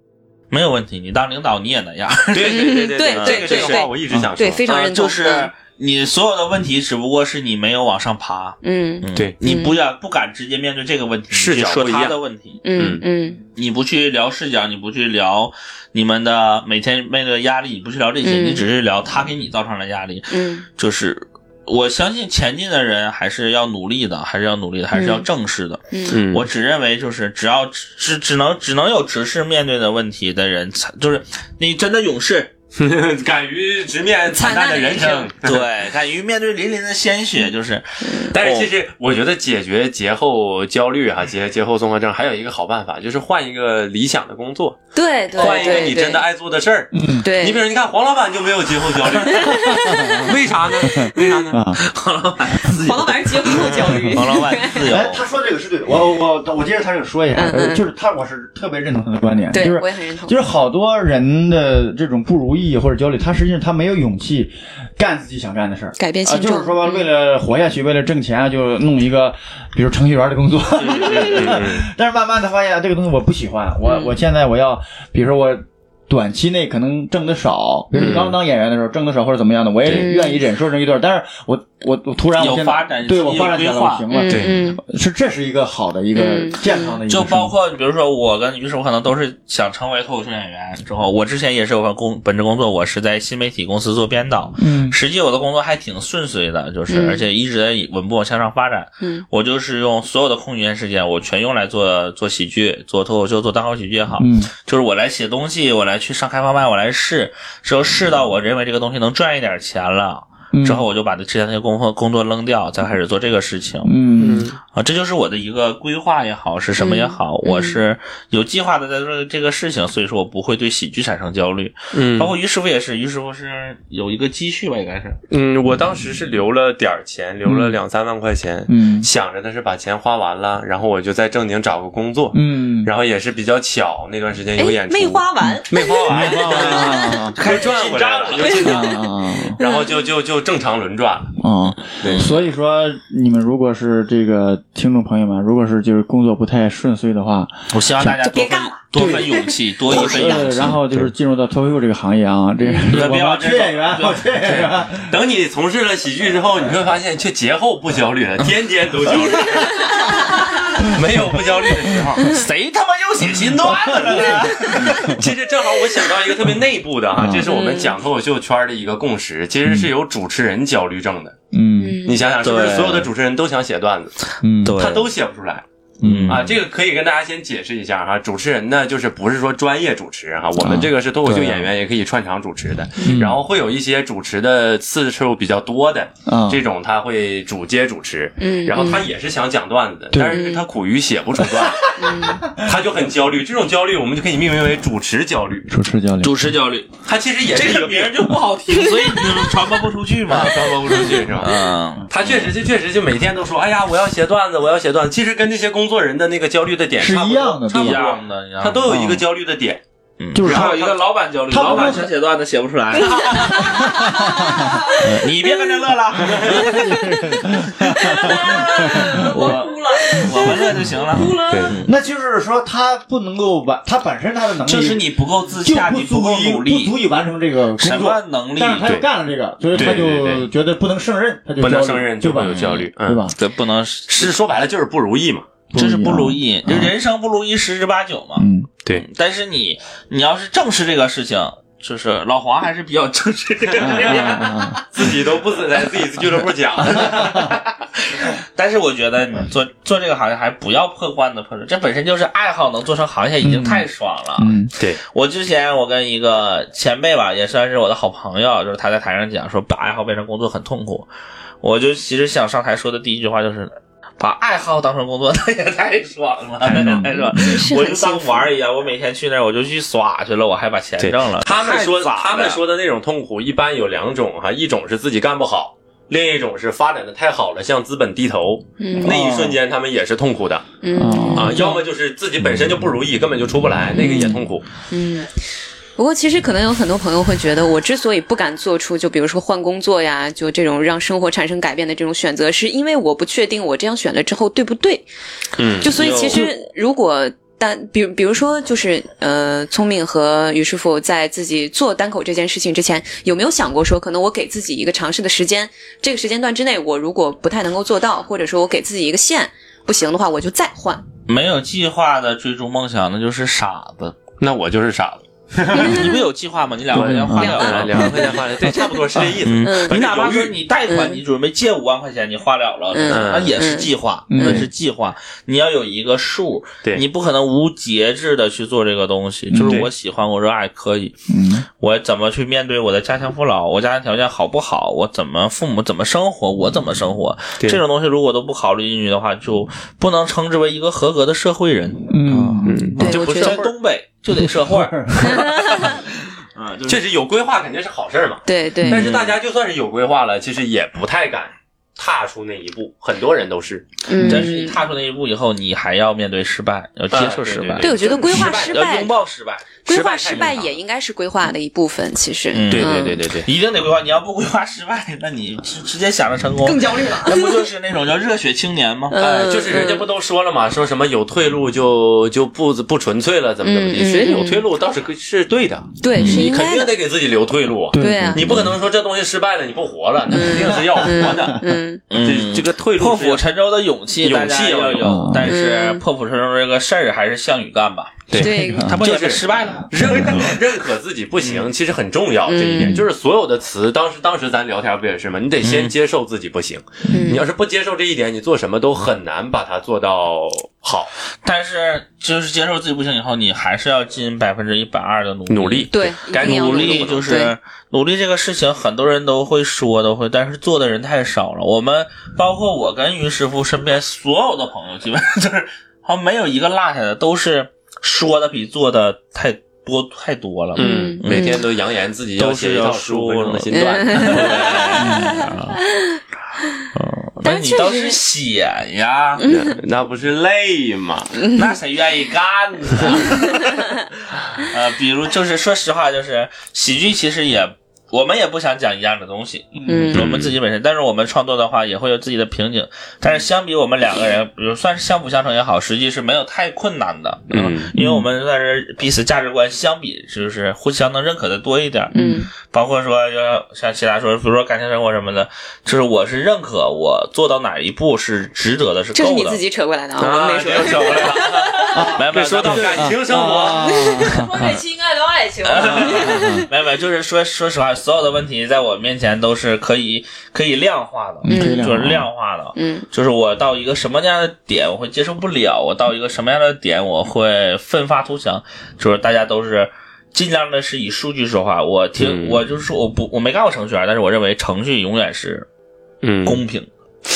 Speaker 2: 没有问题，你当领导你也那样。
Speaker 1: 对对对
Speaker 3: 对
Speaker 1: 这个
Speaker 3: 对
Speaker 1: 这个
Speaker 3: 对
Speaker 1: 话我一直想说，
Speaker 3: 对，非常
Speaker 2: 呃
Speaker 3: 认同。
Speaker 2: 就是你所有的问题，只不过是你没有往上爬。
Speaker 3: 嗯
Speaker 2: 嗯
Speaker 5: 对
Speaker 2: 你不要不敢直接面对这个问题，
Speaker 1: 视角
Speaker 2: 你去说
Speaker 1: 不一样
Speaker 2: 他的问题，
Speaker 3: 嗯嗯
Speaker 2: 你不去聊视角，你不去聊你们的每天面对的压力，你不去聊这些，
Speaker 3: 嗯
Speaker 2: 你只是聊他给你造成的压力。
Speaker 3: 嗯
Speaker 2: 就是我相信前进的人还是要努力的，还是要努力的，还是要正视的。
Speaker 3: 嗯
Speaker 1: 嗯，
Speaker 2: 我只认为就是只要只只能只能有直视面对的问题的人，才就是你真的勇士，
Speaker 1: 敢于直面 惨
Speaker 3: 惨
Speaker 1: 淡
Speaker 3: 淡
Speaker 1: 的
Speaker 3: 的
Speaker 1: 人
Speaker 3: 人
Speaker 1: 生
Speaker 3: 生。
Speaker 2: 对，敢于面对淋漓的鲜血， 就是
Speaker 1: 但是其实我觉得解决节后焦虑哈、节节后综合症还有一个好办法，就是换一个理想的工作，
Speaker 3: 对对，
Speaker 1: 换一个
Speaker 3: 对
Speaker 1: 你真的，爱做的事儿。
Speaker 3: 对，
Speaker 1: 你比如你看黄老板就没有节后焦 虑，为啥呢？为啥呢？
Speaker 3: 黄老 板是节后焦虑，
Speaker 2: 王老板自由。
Speaker 5: 哎，他说这个是对的，我我我我接着他这个说一下，
Speaker 3: 嗯嗯
Speaker 5: 就是他我是特别认同他的观点，
Speaker 3: 对
Speaker 5: 就是，
Speaker 3: 我也很认同
Speaker 5: 就。是好多人的这种不如意或者焦虑，他实际上他没有勇气干自己想干的事儿。
Speaker 3: 改变
Speaker 5: 啊，
Speaker 3: 现状，嗯
Speaker 5: 就是说吧，为了活下去，为了挣钱啊，就弄一个，比如程序员的工作。但是慢慢他发现这个东西我不喜欢，我
Speaker 3: 嗯
Speaker 5: 我现在我要，比如说我短期内可能挣的少，比如你
Speaker 1: 嗯
Speaker 5: 刚当演员的时候挣的少或者怎么样的，我也
Speaker 3: 对
Speaker 5: 愿意忍受这一段。但是我我我突然我
Speaker 2: 有
Speaker 5: 现在
Speaker 2: 发展
Speaker 5: 对
Speaker 2: 有
Speaker 5: 我发展起来
Speaker 2: 规
Speaker 5: 了，我
Speaker 2: 划
Speaker 5: 行了
Speaker 3: 嗯，
Speaker 1: 对
Speaker 3: 嗯
Speaker 5: 是这是一个好的一个
Speaker 3: 嗯
Speaker 5: 健康的一个
Speaker 2: 就
Speaker 5: 生活，
Speaker 2: 包括比如说我跟于师傅可能都是想成为脱口秀演员之后，我之前也是有份工本职工作，我是在新媒体公司做编导，
Speaker 5: 嗯
Speaker 2: 实际我的工作还挺顺遂的，就是
Speaker 3: 嗯
Speaker 2: 而且一直在稳步向上发展。
Speaker 3: 嗯
Speaker 2: 我就是用所有的空余时间，我全用来做做喜剧、做脱口秀、做单口喜剧也好，
Speaker 5: 嗯
Speaker 2: 就是我来写东西，我来去上开放麦，我来试，之后试到我认为这个东西能赚一点钱了，
Speaker 5: 嗯
Speaker 2: 之后我就把这之前那些工作工作扔掉，再开始做这个事情。
Speaker 5: 嗯
Speaker 2: 啊，这就是我的一个规划也好，是什么也好，
Speaker 3: 嗯
Speaker 2: 我是有计划的在做这个事情，所以说我不会对喜剧产生焦虑。
Speaker 1: 嗯
Speaker 2: 包括于师傅也是，于师傅是有一个积蓄吧，应该是。
Speaker 1: 嗯，我当时是留了点儿钱，留了两三万块钱，
Speaker 5: 嗯
Speaker 1: 想着的是把钱花完了，然后我就再正经找个工作，
Speaker 5: 嗯，
Speaker 1: 然后也是比较巧，那段时间
Speaker 3: 哎
Speaker 1: 有演，出，
Speaker 3: 没花完，
Speaker 1: 没花完，
Speaker 5: 啊
Speaker 1: 开始赚回来了，
Speaker 5: 啊啊！
Speaker 1: 然后就就就正常轮转了。
Speaker 5: 啊，
Speaker 1: 对
Speaker 5: 所以说你们如果是这个听众朋友们，如果是就是工作不太顺遂的话，
Speaker 2: 我希望大家
Speaker 3: 就
Speaker 2: 多
Speaker 3: 别
Speaker 2: 分
Speaker 3: 干了
Speaker 2: 多分勇气，多一分
Speaker 5: 呃，
Speaker 2: 勇气。
Speaker 5: 然后就是进入到脱口秀这个行业啊，这个
Speaker 2: 不
Speaker 5: 我
Speaker 2: 要
Speaker 5: 们缺演员，
Speaker 2: 这种
Speaker 5: 我缺演员，
Speaker 1: 等你从事了喜剧之后，你会发现，却节后不焦虑了，天天都焦虑，没有不焦虑的时候。
Speaker 2: 谁他妈又写新段子了呢？
Speaker 1: 其实正好我想到一个特别内部的哈，这是我们讲脱口秀圈的一个共识，其实是有主持人焦虑症的。
Speaker 5: 嗯
Speaker 3: 嗯
Speaker 1: 你想想，是不是
Speaker 2: 对
Speaker 1: 所有的主持人都想写段子，
Speaker 5: 嗯，
Speaker 2: 对
Speaker 1: 他都写不出来
Speaker 5: 嗯
Speaker 2: 哎
Speaker 1: 啊？这个可以跟大家先解释一下哈。主持人呢，就是不是说专业主持哈，我们这个是脱口秀
Speaker 5: 对啊
Speaker 1: 演员，也可以串场主持的。
Speaker 5: 嗯
Speaker 1: 然后会有一些主持的次数比较多的
Speaker 5: 啊，
Speaker 2: 嗯
Speaker 1: 这种，他会主接主持。
Speaker 3: 嗯，
Speaker 1: 然后他也是想讲段子的，
Speaker 5: 对
Speaker 1: 但是他苦于写不出段子，
Speaker 3: 嗯
Speaker 1: 他就很焦虑。这种焦虑我们就可以命名为主持焦虑。
Speaker 5: 主持教练，
Speaker 2: 主持焦虑，
Speaker 1: 他其实也是一
Speaker 2: 这
Speaker 1: 个
Speaker 2: 个
Speaker 1: 病
Speaker 2: 名，儿就不好听，所以你就传播不出去嘛
Speaker 1: 啊，。传播不出去是吧？
Speaker 2: 嗯，
Speaker 1: 他确实就确实就每天都说，哎呀，我要写段子，我要写段子。其实跟这些工作人的那个焦虑的点
Speaker 5: 是
Speaker 1: 差不
Speaker 5: 一
Speaker 1: 多
Speaker 5: 样的
Speaker 1: 差不
Speaker 2: 一
Speaker 5: 对
Speaker 1: 多
Speaker 2: 样，的，一样的
Speaker 1: 他都有一个焦虑的点。
Speaker 5: 就是
Speaker 2: 还
Speaker 5: 他
Speaker 2: 嗯有一个老板焦虑，
Speaker 5: 他
Speaker 2: 老板
Speaker 5: 他
Speaker 2: 想写段子写不出 来，嗯你别跟着乐 了，
Speaker 3: 我哭了，
Speaker 2: 我们乐就行了。
Speaker 3: 哭了，
Speaker 5: 那就是说他不能够完，他本身他的能力
Speaker 2: 就是你不够自
Speaker 5: 就
Speaker 2: 洽，你
Speaker 5: 不足
Speaker 2: 够
Speaker 5: 以
Speaker 2: 努
Speaker 5: 不足
Speaker 2: 力，
Speaker 5: 以完成这个工
Speaker 2: 什么
Speaker 5: 作，
Speaker 2: 能力
Speaker 5: 但是他
Speaker 1: 对
Speaker 5: 又干了这个，所以他
Speaker 1: 对对对
Speaker 5: 就觉得不能胜任，他就
Speaker 1: 不能
Speaker 5: 焦虑
Speaker 1: 胜任
Speaker 5: 对
Speaker 1: 就会
Speaker 5: 吧？
Speaker 1: 有焦虑，
Speaker 5: 对
Speaker 1: 嗯，
Speaker 5: 吧？
Speaker 2: 这不 能，
Speaker 1: 是说白了就是不如意 嘛。
Speaker 2: 这是不如意，就人生不如意十之八九嘛。
Speaker 5: 嗯，
Speaker 1: 对，
Speaker 2: 但是你，你要是正视这个事情，就是老黄还是比较正视这个事
Speaker 5: 啊啊
Speaker 2: 情。
Speaker 5: 啊啊
Speaker 1: 自己都不来自己俱乐 部讲，
Speaker 2: 但是我觉得你做做这个行业还不要破罐子破摔，这本身就是爱好，能做成行业已经太爽了。
Speaker 5: 嗯
Speaker 1: 对，
Speaker 2: 我之前我跟一个前辈吧，也算是我的好朋友，就是他在台上讲说把爱好变成工作很痛苦，我就其实想上台说的第一句话就是。把爱好当成工作， 那也太爽了，
Speaker 4: 太爽了
Speaker 2: 太爽！
Speaker 3: 是
Speaker 2: 我
Speaker 3: 很
Speaker 2: 就
Speaker 3: 幸
Speaker 2: 当
Speaker 3: 福
Speaker 2: 玩儿一样，我每天去那儿我就去耍去了，我还把钱挣了。
Speaker 1: 他们说
Speaker 2: 太咋了
Speaker 1: 他们说的那种痛苦，一般有两种哈，一种是自己干不好，另一种是发展的太好了，向资本低头，
Speaker 3: 嗯
Speaker 1: 那一瞬间他们也是痛苦的
Speaker 3: 嗯
Speaker 1: 啊。要么就是自己本身就不如意，根本就出不来，那个也痛苦。
Speaker 3: 嗯。不过，其实可能有很多朋友会觉得，我之所以不敢做出就比如说换工作呀，就这种让生活产生改变的这种选择，是因为我不确定我这样选了之后对不对。
Speaker 1: 嗯
Speaker 3: 就所以其实如果单比比如说就是呃，聪明和于师傅在自己做单口这件事情之前，有没有想过说，可能我给自己一个尝试的时间，这个时间段之内，我如果不太能够做到，或者说我给自己一个线，不行的话，我就再换。
Speaker 2: 没有计划的追逐梦想，那就是傻 子。
Speaker 1: 那我就是傻子，
Speaker 2: 你不有计划吗？你两万块钱花
Speaker 3: 两
Speaker 2: 了
Speaker 3: 万
Speaker 2: 了，
Speaker 1: 两万块钱花啊了，对，差不多是这意思。
Speaker 3: 嗯
Speaker 2: 你哪怕说
Speaker 1: 犹豫
Speaker 2: 你贷款，你准备借五万块钱，你花了了，
Speaker 3: 嗯
Speaker 2: 那也是计划，
Speaker 5: 嗯
Speaker 2: 那是计划。你要有一个数，
Speaker 1: 对嗯
Speaker 2: 你不可能无节制的去做这个东西。就是
Speaker 1: 对
Speaker 2: 我喜欢，我热爱，可以。
Speaker 5: 嗯
Speaker 2: 我怎么去面对我的家庭父老？我家庭条件好不好？我怎么父母怎么生活？我怎么生活？
Speaker 1: 对
Speaker 2: 这种东西如果都不考虑进去的话，就不能称之为一个合格的社会人。
Speaker 5: 嗯
Speaker 1: 嗯，
Speaker 3: 对，
Speaker 2: 就
Speaker 3: 我
Speaker 2: 不
Speaker 3: 觉
Speaker 2: 是在
Speaker 3: 得
Speaker 2: 东北就得社会 儿。 啊，就是
Speaker 1: 这是有规划肯定是好事儿嘛。
Speaker 3: 对对。
Speaker 1: 但是大家就算是有规划了，其实也不太敢踏出那一步，很多人都是。
Speaker 3: 嗯，
Speaker 2: 但是你踏出那一步以后，你还要面对失败，要接受失败，
Speaker 1: 啊
Speaker 3: 对，我觉得规划
Speaker 1: 失
Speaker 3: 失
Speaker 1: 呃
Speaker 2: 要
Speaker 3: 败
Speaker 2: 拥，抱失败，
Speaker 3: 规
Speaker 1: 失败
Speaker 3: 划
Speaker 1: 太
Speaker 3: 失败
Speaker 1: 正常
Speaker 3: 也
Speaker 1: 了
Speaker 3: 应该是规划的一部分，其实。
Speaker 2: 嗯
Speaker 1: 对
Speaker 3: 嗯
Speaker 1: 对对对对，
Speaker 2: 一定得规划。你要不规划失败，那你直直接想着成功，
Speaker 3: 更焦虑 了
Speaker 2: 那不就是那种叫热血青年吗？
Speaker 1: 哎，
Speaker 3: 嗯
Speaker 1: 就是人家不都说了嘛，说什么有退路就就不不纯粹了，怎么怎么
Speaker 3: 嗯
Speaker 1: 地？
Speaker 3: 嗯
Speaker 1: 谁有退路倒是是对的，
Speaker 3: 对，是
Speaker 1: 你
Speaker 3: 应
Speaker 1: 肯
Speaker 3: 该
Speaker 1: 定
Speaker 3: 的。
Speaker 1: 得给自己留退路啊。
Speaker 3: 对啊，
Speaker 1: 你不可能说这东西失败了你不活了，那肯定是要活的。
Speaker 3: 嗯，
Speaker 1: 这这个退
Speaker 2: 破
Speaker 1: 路
Speaker 2: 釜
Speaker 1: 是
Speaker 2: 沉舟的勇气，
Speaker 1: 勇
Speaker 2: 大家
Speaker 1: 气啊
Speaker 2: 要
Speaker 1: 要有
Speaker 2: 有
Speaker 5: 嗯，
Speaker 2: 但是
Speaker 3: 嗯
Speaker 2: 破釜沉舟这个事儿还是项羽干吧，
Speaker 3: 对，
Speaker 2: 他不也
Speaker 1: 嗯就是
Speaker 2: 是失败了吗？
Speaker 1: 认可认可自己不行，其实很重要。这一点
Speaker 3: 嗯
Speaker 1: 就是所有的词，当时当时咱聊天不也是吗？你得先接受自己不行，
Speaker 3: 嗯
Speaker 1: 你要是不接受这一点，你做什么都很难把它做到好。
Speaker 2: 但是就是接受自己不行以后，你还是要尽百分之一百二的努
Speaker 1: 努力
Speaker 3: 对，
Speaker 1: 该
Speaker 3: 一定要
Speaker 2: 努
Speaker 1: 努
Speaker 2: 力
Speaker 1: 力
Speaker 2: 就
Speaker 3: 对
Speaker 2: 是努力这个事情，很多人都会说都会，但是做的人太少了。我们包括我跟于师傅身边所有的朋友，基本上就是好像没有一个落下的，都是说的比做的太多太多了。
Speaker 3: 嗯嗯
Speaker 1: 每天都扬言自己要
Speaker 2: 嗯都
Speaker 1: 写
Speaker 2: 是
Speaker 1: 一
Speaker 2: 要
Speaker 1: 套十五
Speaker 2: 输
Speaker 1: 分钟
Speaker 2: 了
Speaker 1: 的新段。
Speaker 2: 那
Speaker 3: 但
Speaker 2: 你
Speaker 3: 确
Speaker 2: 倒
Speaker 3: 实
Speaker 2: 是写呀，
Speaker 1: 那不是累吗？
Speaker 3: 嗯
Speaker 2: 那谁愿意 干呢？呃，比如就是说实话，就是喜剧其实也我们也不想讲一样的东西，
Speaker 3: 嗯
Speaker 2: 我们自己本身，但是我们创作的话也会有自己的瓶颈。但是相比我们两个人，比如算是相辅相成也好，实际是没有太困难的，
Speaker 1: 嗯，
Speaker 2: 因为我们在这彼此价值观相比，就是互相能认可的多一点。
Speaker 3: 嗯，
Speaker 2: 包括说要像其他说，比如说感情生活什么的，就是我是认可我做到哪一步是值得的，是
Speaker 3: 这是
Speaker 2: 够
Speaker 3: 你
Speaker 2: 的
Speaker 3: 自。己扯过来的啊，我没说。
Speaker 2: 扯过来了，没有没有，
Speaker 1: 说到感情生活，
Speaker 5: 啊，
Speaker 3: 我每期应该聊爱情。
Speaker 1: 啊
Speaker 2: 没有没有，就是说说实话，所有的问题在我面前都是可以可以量化的，
Speaker 3: 嗯
Speaker 2: 就是量化的。
Speaker 3: 嗯
Speaker 2: 就是我到一个什么样的点我会接受不了，我到一个什么样的点我会奋发图强，就是大家都是尽量的是以数据说话。我听、
Speaker 1: 嗯
Speaker 2: 我就是说我不我没干过程序员，但是我认为程序永远是
Speaker 1: 嗯
Speaker 2: 公平。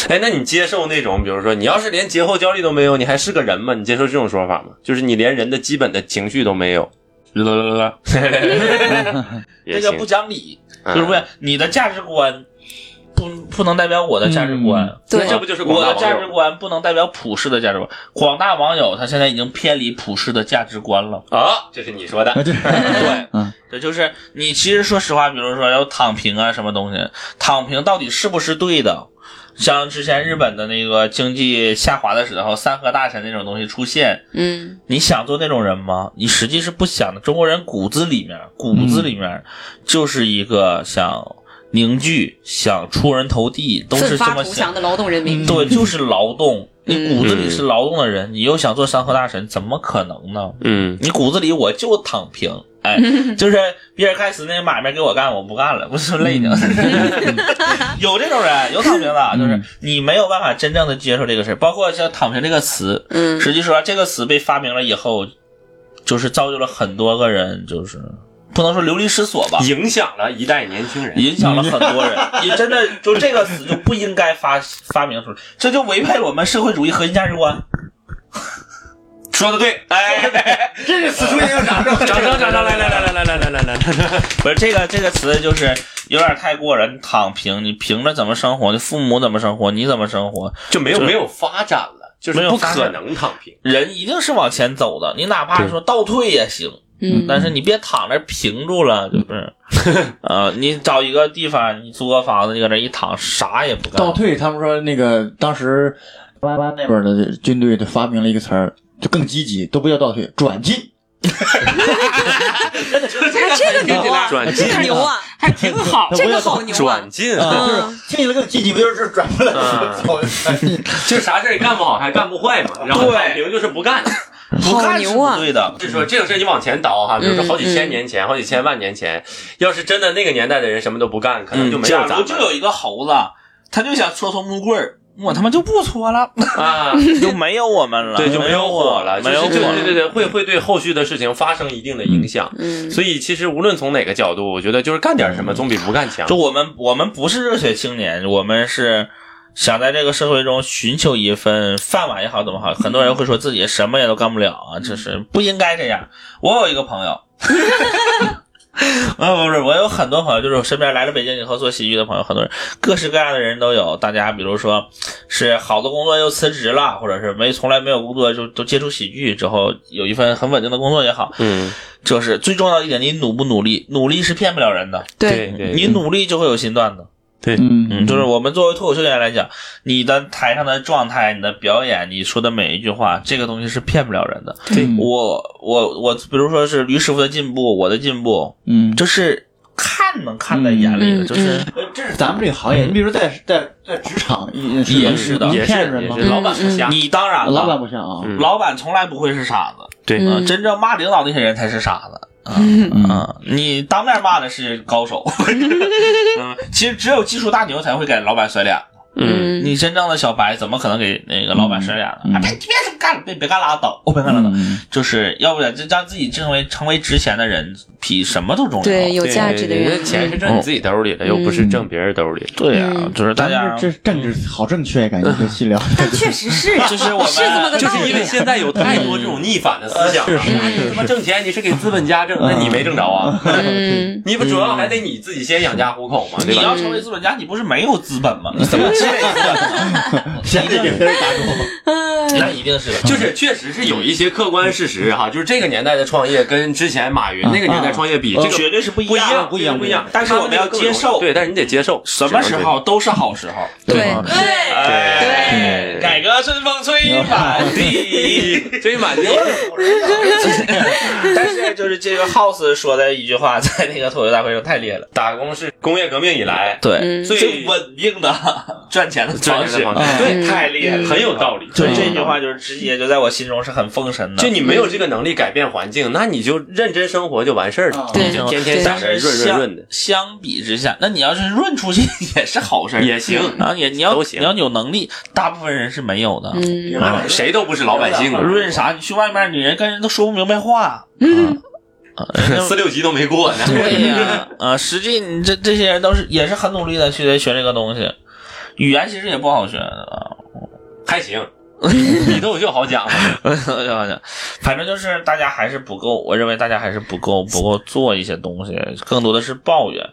Speaker 1: 哎，那你接受那种，比如说你要是连节后焦虑都没有，你还是个人吗？你接受这种说法吗？就是你连人的基本的情绪都没有，
Speaker 2: 这
Speaker 1: 也
Speaker 2: 个
Speaker 1: 行
Speaker 2: 不讲理，就是为你的价值观不不能代表我的价值观。
Speaker 3: 对
Speaker 1: 这不就是
Speaker 2: 嗯
Speaker 1: 广
Speaker 2: 我
Speaker 1: 大
Speaker 2: 的
Speaker 1: 网
Speaker 2: 价值
Speaker 1: 友
Speaker 2: 观不能代表普世的价值观，广大网友他现在已经偏离普世的价值观了。
Speaker 1: 啊？这是你说的，
Speaker 5: 这
Speaker 2: 对，
Speaker 5: 嗯
Speaker 2: 对，就是你其实说实话，比如说要躺平啊，什么东西，躺平到底是不是对的？像之前日本的那个经济下滑的时候，三和大神那种东西出现，
Speaker 3: 嗯
Speaker 2: 你想做那种人吗？你实际是不想的。中国人骨子里面，骨子里面就是一个想凝聚、想出人头地，都
Speaker 3: 奋
Speaker 2: 是这
Speaker 3: 发
Speaker 2: 么
Speaker 3: 图
Speaker 2: 想
Speaker 3: 强。的劳动人民。
Speaker 2: 对，就是劳动。你
Speaker 3: 嗯
Speaker 2: 骨子里是劳动的人，你又想做山河大神，怎么可能呢？
Speaker 1: 嗯，
Speaker 2: 你骨子里我就躺平，哎，就是比尔盖茨那个买卖给我干，我不干了，不是累的。 有这种人，有躺平的，就是你没有办法真正的接受这个事儿。包括像“躺平”这个词，
Speaker 3: 嗯
Speaker 2: 实际说这个词被发明了以后，就是造就了很多个人，就是不能说流离失所吧，
Speaker 1: 影响了一代年轻人。
Speaker 2: 影响了很多人。也真的就这个词就不应该发发明出来，这就违背我们社会主义核心价值观。
Speaker 1: 说的对，
Speaker 2: 哎，
Speaker 5: 这个此处也有掌声，
Speaker 1: 掌声，掌声，来来来来来来来来来来，
Speaker 2: 不是这个这个词就是有点太过了。你躺平，你凭着怎么生活？你父母怎么生活？你怎么生活？
Speaker 1: 就没有没有发展了，就
Speaker 2: 没
Speaker 1: 是
Speaker 2: 有
Speaker 1: 不
Speaker 2: 发展
Speaker 1: 可能躺平。
Speaker 2: 人一定是往前走的，你哪怕说倒退也行。
Speaker 3: 嗯，
Speaker 2: 但是你别躺那儿平住了，就是，呃，你找一个地方，你租个房子，你搁那儿一躺，啥也不干
Speaker 5: 倒。退，他们说那个当时湾湾那边的军队就发明了一个词儿，就更积极，都不叫倒退，转进。
Speaker 3: 这个牛啊，
Speaker 1: 转
Speaker 3: 这
Speaker 1: 进
Speaker 3: 个牛啊，
Speaker 6: 还挺好。
Speaker 3: 这个好牛啊
Speaker 1: 转！进
Speaker 5: 啊，就是听起来更积极，不就是这转过来
Speaker 1: 啊
Speaker 5: 走转进？
Speaker 1: 就啥事儿也干不好还干不坏嘛，然后
Speaker 2: 对
Speaker 1: 躺平就是不干。
Speaker 2: 不干是
Speaker 3: 牛啊
Speaker 2: 不对的，
Speaker 1: 就是说这种事儿你往前倒啊哈，比如说好几千年前、好几千万年前，要是真的那个年代的人什么都不干，可能嗯就没有
Speaker 2: 假
Speaker 1: 咱
Speaker 2: 如
Speaker 1: 们
Speaker 2: 就有一个猴子，他就想搓搓木棍儿，我他妈就不搓了，
Speaker 1: 啊，
Speaker 2: 就没有我们了，
Speaker 1: 对，就没有
Speaker 2: 有
Speaker 1: 火
Speaker 2: 我
Speaker 1: 了，
Speaker 2: 没有
Speaker 1: 就是
Speaker 2: 我
Speaker 1: 对
Speaker 2: 了。
Speaker 1: 对对，会会对后续的事情发生一定的影响。
Speaker 3: 嗯，
Speaker 1: 所以其实无论从哪个角度，我觉得就是干点什么总比不干强
Speaker 2: 就。我们，我们不是热血青年，我们是想在这个社会中寻求一份饭碗也好，怎么好？很多人会说自己什么也都干不了啊，这是不应该这样。我有一个朋友， 啊，不是，我有很多朋友，就是我身边来了北京以后做喜剧的朋友，很多人各式各样的人都有。大家比如说是好的工作又辞职了，或者是没从来没有工作就都接触喜剧之后，有一份很稳定的工作也好，
Speaker 1: 嗯，
Speaker 2: 这是最重要的一点。你努不努力，努力是骗不了人的，
Speaker 1: 对
Speaker 3: 对，
Speaker 1: 对，
Speaker 2: 你努力就会有新段子。
Speaker 5: 嗯
Speaker 2: 嗯，就是我们作为脱口秀演员来讲，你的台上的状态、你的表演、你说的每一句话，这个东西是骗不了人的。
Speaker 5: 对
Speaker 2: 我我我，比如说是驴师傅的进步，我的进步，
Speaker 5: 嗯，
Speaker 2: 这是看能看在眼里的，
Speaker 3: 嗯
Speaker 2: 就是
Speaker 5: 呃这是咱们这个行业。你比如说在在在职场也
Speaker 2: 也是的
Speaker 5: 能
Speaker 1: 也是
Speaker 5: 骗人吗
Speaker 1: 也？是老板
Speaker 3: 嗯
Speaker 1: 不瞎，
Speaker 2: 你当然了，
Speaker 5: 老板不像啊，
Speaker 1: 嗯
Speaker 2: 老板从来不会是傻子，
Speaker 1: 对
Speaker 2: 嗯，
Speaker 3: 嗯
Speaker 2: 真正骂领导那些人才是傻子。啊、
Speaker 5: 嗯
Speaker 2: 啊！你当面骂的是高手， 嗯，其实只有技术大牛才会给老板甩脸，
Speaker 1: 嗯，
Speaker 3: 嗯，
Speaker 2: 你真正的小白怎么可能给那个老板甩脸呢？啊，别别干了，别别干拉倒，我别干拉
Speaker 3: 嗯
Speaker 2: 倒，就是要不然就让自己成为成为值钱的人，比什么都重要。
Speaker 3: 对，有
Speaker 1: 对
Speaker 3: 价值的
Speaker 1: 对对
Speaker 3: 人，
Speaker 1: 钱是挣你自己兜里的，又不是挣别人兜里的。
Speaker 2: 对啊
Speaker 3: 嗯，
Speaker 2: 就是大
Speaker 5: 咱
Speaker 2: 家
Speaker 5: 们这这政治好正确，感觉这细聊。
Speaker 6: 但确实是，
Speaker 2: 就是我
Speaker 3: 是这么
Speaker 2: 们
Speaker 3: 个
Speaker 1: 就
Speaker 3: 道
Speaker 1: 是
Speaker 3: 理
Speaker 1: 因为现在有太多这种逆反的思想了，
Speaker 5: 是是
Speaker 1: 你他妈挣钱你是给资本家挣，那你没挣着啊？
Speaker 3: 嗯，
Speaker 1: 你不主要还得你自己先养家糊口嘛，
Speaker 2: 嗯你
Speaker 1: 对吧
Speaker 2: 要？成为资本家，你不是没有资本吗？你怎么积累资 本？
Speaker 5: 先得给别人打住。
Speaker 3: 哎
Speaker 2: 那一定是的，
Speaker 1: 就是确实是有一些客观事实哈，就是这个年代的创业跟之前马云那个年代创业比，这个
Speaker 2: 绝对是嗯不一
Speaker 1: 不一样，
Speaker 2: 不
Speaker 1: 一样，不一样。
Speaker 2: 但是我们要接受，
Speaker 1: 对，但是你得接受，
Speaker 2: 什么时候都是好时候。
Speaker 3: 对，
Speaker 2: 哎
Speaker 1: 对
Speaker 2: 改革春风吹 满地。
Speaker 1: 追满地？
Speaker 2: 但是就是这个 House 说的一句话，在那个脱口秀大会上太厉害了。
Speaker 1: 打工是工业革命以来
Speaker 2: 对，
Speaker 3: 嗯
Speaker 1: 最
Speaker 2: 稳定的赚钱的
Speaker 1: 赚
Speaker 2: 方
Speaker 1: 钱
Speaker 2: 式
Speaker 1: 的，方式，
Speaker 2: 对，
Speaker 1: 对，
Speaker 2: 太厉害了，
Speaker 1: 很有道理。
Speaker 2: 就
Speaker 1: 很有
Speaker 2: 这
Speaker 1: 道理
Speaker 2: 句话，就是直接就在我心中是很封神的。
Speaker 1: 就你没有这个能力改变环境，那你就认真生活就完事儿了，
Speaker 3: 对
Speaker 1: 你就天天
Speaker 2: 但
Speaker 1: 想着
Speaker 2: 是
Speaker 1: 润润润的。
Speaker 2: 相相比之下，那你要是润出去也是好事儿，
Speaker 1: 也行
Speaker 2: 啊，也你要
Speaker 1: 都行
Speaker 2: 你要有能力，大部分人是没有的。
Speaker 3: 嗯，
Speaker 1: 啊谁都不是老百姓 啊，
Speaker 2: 润啥？你去外面，你人跟人都说不明白话。嗯，啊人家
Speaker 1: 四六级都没过呢。
Speaker 2: 对呀、 啊，实际你这这些人都是也是很努力的去学这个东西，语言其实也不好学的，
Speaker 1: 还行，比脱口秀好讲。
Speaker 2: 反正就是大家还是不够，我认为大家还是不够不够做一些东西，更多的是抱怨，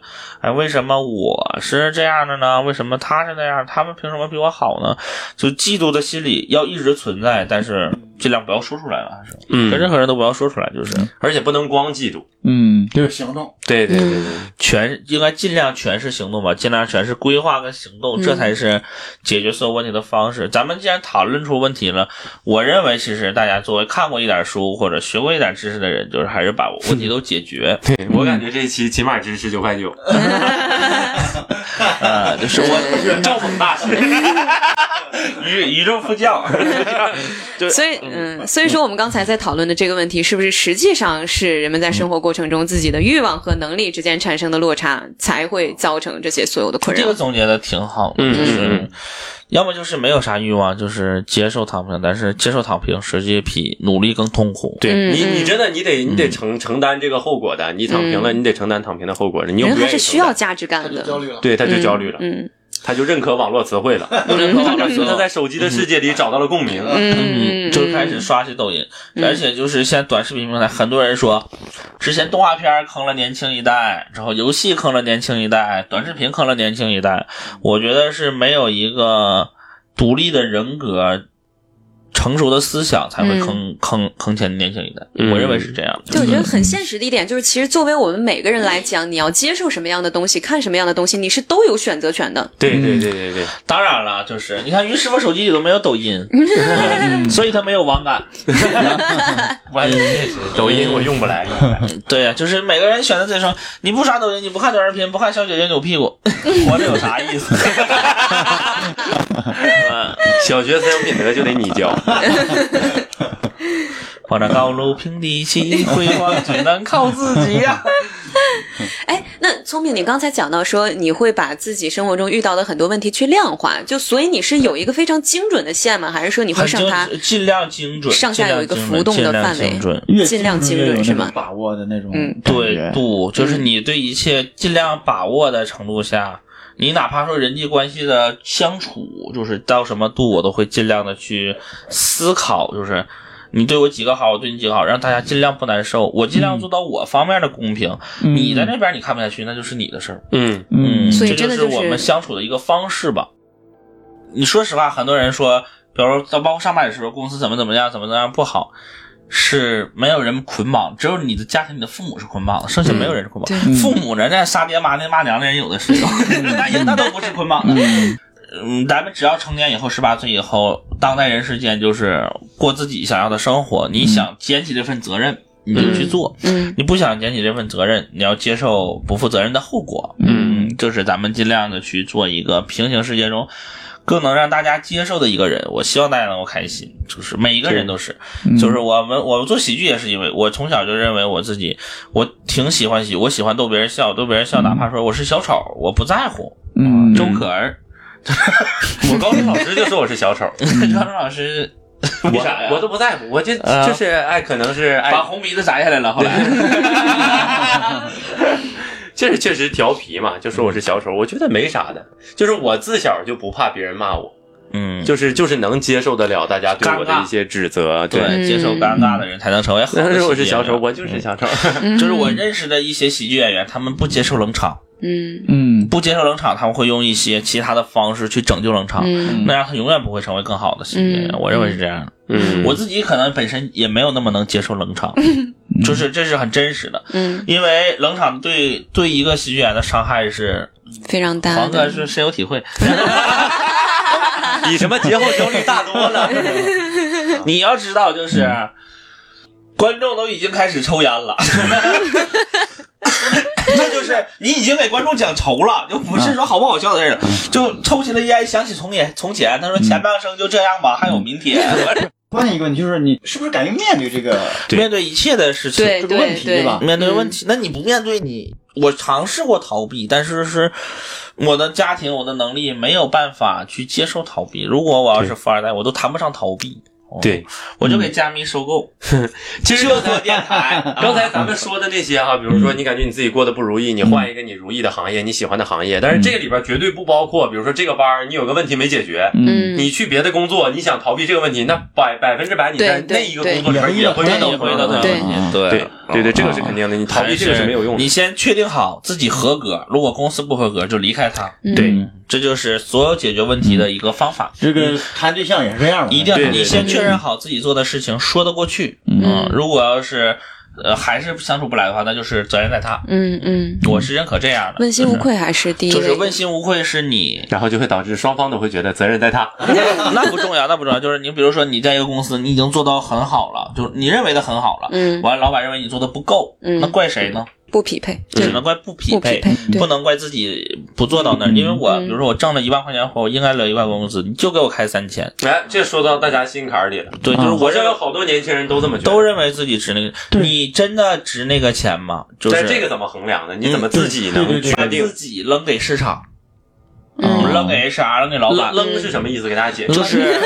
Speaker 2: 哎，为什么我是这样的呢？为什么他是那样？他们凭什么比我好呢？就嫉妒的心理要一直存在，但是尽量不要说出来了，还是跟任
Speaker 1: 嗯，
Speaker 2: 何人都不要说出来，就是
Speaker 1: 而且不能光嫉妒。
Speaker 5: 嗯，就是行动。
Speaker 1: 对对对对，
Speaker 3: 嗯
Speaker 2: 全应该尽量全是行动吧，尽量全是规划跟行动，这才是解决所有问题的方式。咱们既然讨论出问题了，我认为其实大家作为看过一点书或者学过一点知识的人，就是还是把问题都解 决。
Speaker 1: 对我感觉这期起码值十九块九，
Speaker 3: 嗯
Speaker 2: 啊，就是 我
Speaker 1: 赵猛大师。
Speaker 2: 宇宇宙副教，
Speaker 3: 所以，嗯，所以说我们刚才在讨论的这个问题，是不是实际上是人们在生活过程中自己的欲望和能力之间产生的落差，才会造成这些所有的困
Speaker 2: 这
Speaker 3: 扰
Speaker 2: 个？总结的挺好的，
Speaker 1: 嗯
Speaker 2: 就是
Speaker 1: 嗯
Speaker 2: 要么就是没有啥欲望，就是接受躺平，但是接受躺平实际比努力更痛苦。
Speaker 1: 对
Speaker 3: 嗯
Speaker 1: 你，
Speaker 3: 嗯
Speaker 1: 你真的你得你得承承担这个后果的，你躺平了，你得承担躺平的后果的，你又不
Speaker 3: 人还
Speaker 1: 愿意
Speaker 3: 是
Speaker 1: 承
Speaker 3: 需
Speaker 1: 担
Speaker 3: 要价值
Speaker 5: 他
Speaker 3: 感
Speaker 5: 就
Speaker 3: 的，
Speaker 5: 焦虑了。
Speaker 1: 对，他就焦虑了，
Speaker 3: 嗯
Speaker 1: 他就认可网络词汇了，
Speaker 2: 认可网络词汇
Speaker 1: 他在手机的世界里找到了共鸣。
Speaker 3: 嗯嗯
Speaker 2: 嗯，
Speaker 3: 嗯，
Speaker 2: 就开始刷起抖音，
Speaker 3: 嗯
Speaker 2: 而且就是现在短视频平台，很多人说，之前动画片儿坑了年轻一代，然后游戏坑了年轻一代，短视频坑了年轻一代，我觉得是没有一个独立的人格。成熟的思想才
Speaker 3: 嗯
Speaker 2: 会坑、坑坑前的年轻一代，
Speaker 1: 嗯
Speaker 2: 我认为是这样的。
Speaker 3: 对，我觉得很现实的一点就是，其实作为我们每个人来讲，你要接受什么样的东西，看什么样的东西，你是都有选择权的。
Speaker 1: 对对对对对，
Speaker 2: 当然了，就是你看于师傅手机里都没有抖 音，
Speaker 3: 嗯
Speaker 2: 嗯所以他没有网 感。
Speaker 1: 我抖音我用不来，用不来
Speaker 2: 对呀、就是每个人选择自己说，你不刷抖音，你不看短视频，不看小姐姐扭屁 股，活着有啥意思？
Speaker 1: 小学思想品德就得你教。
Speaker 2: 跑着高楼平地起，辉煌只能靠自己呀、
Speaker 3: 哎，那聪明，你刚才讲到说你会把自己生活中遇到的很多问题去量化，就所以你是有一个非常精准的线吗？还是说 你会
Speaker 2: 很
Speaker 3: 上它
Speaker 2: 精尽量精准，
Speaker 3: 上下有一个
Speaker 2: 尽量
Speaker 3: 浮动的
Speaker 2: 精准
Speaker 3: 范围
Speaker 2: 尽量精准。
Speaker 5: 越
Speaker 3: 尽量精
Speaker 5: 越有
Speaker 3: 准
Speaker 5: 那
Speaker 3: 是
Speaker 5: 种
Speaker 3: 吗？
Speaker 5: 把握的那种
Speaker 3: 嗯
Speaker 5: 感
Speaker 2: 对
Speaker 5: 觉，
Speaker 2: 度，就是你对一切尽量把握的程度下，你哪怕说人际关系的相处，就是到什么度，我都会尽量的去思考，就是。你对我几个好，我对你几个好，让大家尽量不难受。我尽量做到我方面的公平。
Speaker 5: 嗯
Speaker 2: 你在那边你看不下去，那就是你的事儿。
Speaker 1: 嗯，
Speaker 5: 嗯，
Speaker 3: 所以
Speaker 2: 这
Speaker 3: 真的
Speaker 2: 是
Speaker 3: 就是
Speaker 2: 我们相处的一个方式吧。你说实话，很多人说，比如说包括上班也是说公司怎么怎么样，怎么怎么样不好，是没有人捆绑，只有你的家庭、你的父母是捆绑的，剩下没有人是捆绑。
Speaker 3: 嗯对
Speaker 2: 父母人家杀爹妈那骂娘的人有的是，
Speaker 3: 嗯
Speaker 2: 那也那都不是捆绑的。嗯，咱们只要成年以后，十八岁以后，当代人世间就是过自己想要的生活。你想肩起这份责任，你就去做；
Speaker 3: 嗯
Speaker 2: 你不想肩起这份责任，你要接受不负责任的后果。
Speaker 1: 嗯
Speaker 2: 嗯，就是咱们尽量的去做一个平行世界中更能让大家接受的一个人。我希望大家能够开心，就是每一个人都是，
Speaker 3: 嗯
Speaker 1: 嗯
Speaker 2: 就是我们我们做喜剧也是因为我从小就认为我自己我挺喜欢喜，我喜欢逗别人笑，逗别人
Speaker 1: 嗯
Speaker 2: 笑，哪怕说我是小丑，我不在乎。
Speaker 5: 嗯
Speaker 2: 啊周可儿，
Speaker 1: 我高中老师就说我是小丑，
Speaker 2: 高中老师为啥呀
Speaker 1: 嗯我我都不在乎，我就
Speaker 2: 啊
Speaker 1: 就是爱，可能是哎爱
Speaker 2: 把红鼻子摘下来了，后来。
Speaker 1: 就是确实调皮嘛，就说我是小丑，我觉得没啥的。就是我自小就不怕别人骂我，
Speaker 2: 嗯，
Speaker 1: 就是就是能接受得了大家对我
Speaker 2: 尴
Speaker 1: 的
Speaker 2: 尬
Speaker 1: 一些指责。对，
Speaker 2: 对，接受尴尬的人才能成为好的
Speaker 1: 但
Speaker 2: 喜剧演员。
Speaker 1: 是嗯 我是小丑，我就是小丑。
Speaker 2: 就是我认识的一些喜剧演员，他们不接受冷场，
Speaker 3: 嗯
Speaker 5: 嗯
Speaker 2: 不接受冷场，他们会用一些其他的方式去拯救冷场，
Speaker 3: 嗯
Speaker 2: 那样他永远不会成为更好的喜剧演员。
Speaker 3: 嗯
Speaker 2: 我认为是这样的。
Speaker 1: 嗯，
Speaker 2: 我自己可能本身也没有那么能接受冷 场，就是这是很真实的，
Speaker 3: 嗯，
Speaker 2: 因为冷场对对一个喜剧演员的伤害是，
Speaker 3: 非常大
Speaker 2: 黄哥
Speaker 3: 的。
Speaker 2: 是深有体 会。
Speaker 1: 比什么节后焦虑大多 了。
Speaker 2: 你要知道，就是、观众都已经开始抽烟 了。那就是你已经给观众讲愁了，就不是说好不好笑的事儿了，就抽起了烟，想起从前从前，他说前半生就这样吧，还有明天。
Speaker 5: 关键一个问题就是你是不是敢于面对这个
Speaker 1: 对
Speaker 2: 嗯面对一切的事情，
Speaker 3: 对
Speaker 5: 这个问题
Speaker 3: 对
Speaker 5: 吧？
Speaker 2: 面对
Speaker 1: 嗯
Speaker 2: 问题，那你不面对你，我尝试过逃避，但是是我的家庭，我的能力没有办法去接受逃避。如果我要是富二代，我都谈不上逃避。哦
Speaker 1: 对，嗯
Speaker 2: 我就给加密收购，
Speaker 1: 其实
Speaker 2: 就做电台。
Speaker 1: 刚才咱们说的那些哈，比如
Speaker 2: 嗯
Speaker 1: 说你感觉你自己过得不如意，你换一个你如意的行业，你喜欢的行业，
Speaker 2: 嗯
Speaker 1: 但是这个里边绝对不包括，比如说这个班儿你有个问题没解决，
Speaker 3: 嗯，
Speaker 1: 你去别的工作，你想逃避这个问题，那百百分之百你
Speaker 3: 对
Speaker 1: 在
Speaker 3: 对
Speaker 1: 那一个
Speaker 3: 对
Speaker 1: 工作里边也会遇到
Speaker 2: 也
Speaker 1: 同
Speaker 2: 会
Speaker 1: 样
Speaker 2: 到
Speaker 1: 的
Speaker 2: 这
Speaker 1: 问
Speaker 2: 样
Speaker 1: 题。
Speaker 2: 对
Speaker 3: 对
Speaker 1: 对对对，这个是肯定的，你逃避这个是没有用的
Speaker 2: 你。先确定好自己合格，如果公司不合格就离开他。
Speaker 1: 对嗯
Speaker 2: 这就是所有解决问题的一个方法。
Speaker 5: 这个谈对象也是这样的，
Speaker 2: 一定
Speaker 1: 对
Speaker 2: 要
Speaker 1: 对对。
Speaker 2: 你先确认好自己做的事情说得过去。嗯，如果要是呃还是相处不来的话，那就是责任在他。
Speaker 3: 嗯嗯，
Speaker 2: 我是认可这样的，
Speaker 3: 问心无愧还是第一
Speaker 2: 就
Speaker 3: 位
Speaker 2: 是
Speaker 3: 的，
Speaker 2: 问心无愧是你
Speaker 1: 然后就会导致双方都会觉得责任在他。
Speaker 2: 那不重要，那不重要。就是你比如说你在一个公司，你已经做到很好了，就是你认为的很好了。
Speaker 3: 嗯
Speaker 2: 完了，老板认为你做的不够，
Speaker 3: 嗯
Speaker 2: 那怪谁呢？
Speaker 3: 不匹配，
Speaker 2: 只
Speaker 3: 对，
Speaker 2: 能怪不匹
Speaker 3: 不匹配对嗯
Speaker 2: 不能怪自己不做到那儿。因为我比如说我挣了一万块钱活，我应该留一万块工资，你就给我开三千。
Speaker 1: 哎，这说到大家心坎儿里了。
Speaker 2: 对，就是我
Speaker 1: 我
Speaker 2: 认
Speaker 1: 认
Speaker 2: 为
Speaker 1: 为好多年轻人都这么觉得，
Speaker 2: 都认为自己值那个，你真的值那个钱吗？就
Speaker 1: 但
Speaker 2: 是
Speaker 1: 这个怎么衡量呢？你怎么自己能
Speaker 5: 对对对
Speaker 1: 确
Speaker 2: 把
Speaker 1: 定
Speaker 2: 自己扔给市场，我
Speaker 3: 嗯
Speaker 2: 们扔给 HR，扔给老板
Speaker 1: 扔，扔是什么意思？给大家解释。
Speaker 2: 就是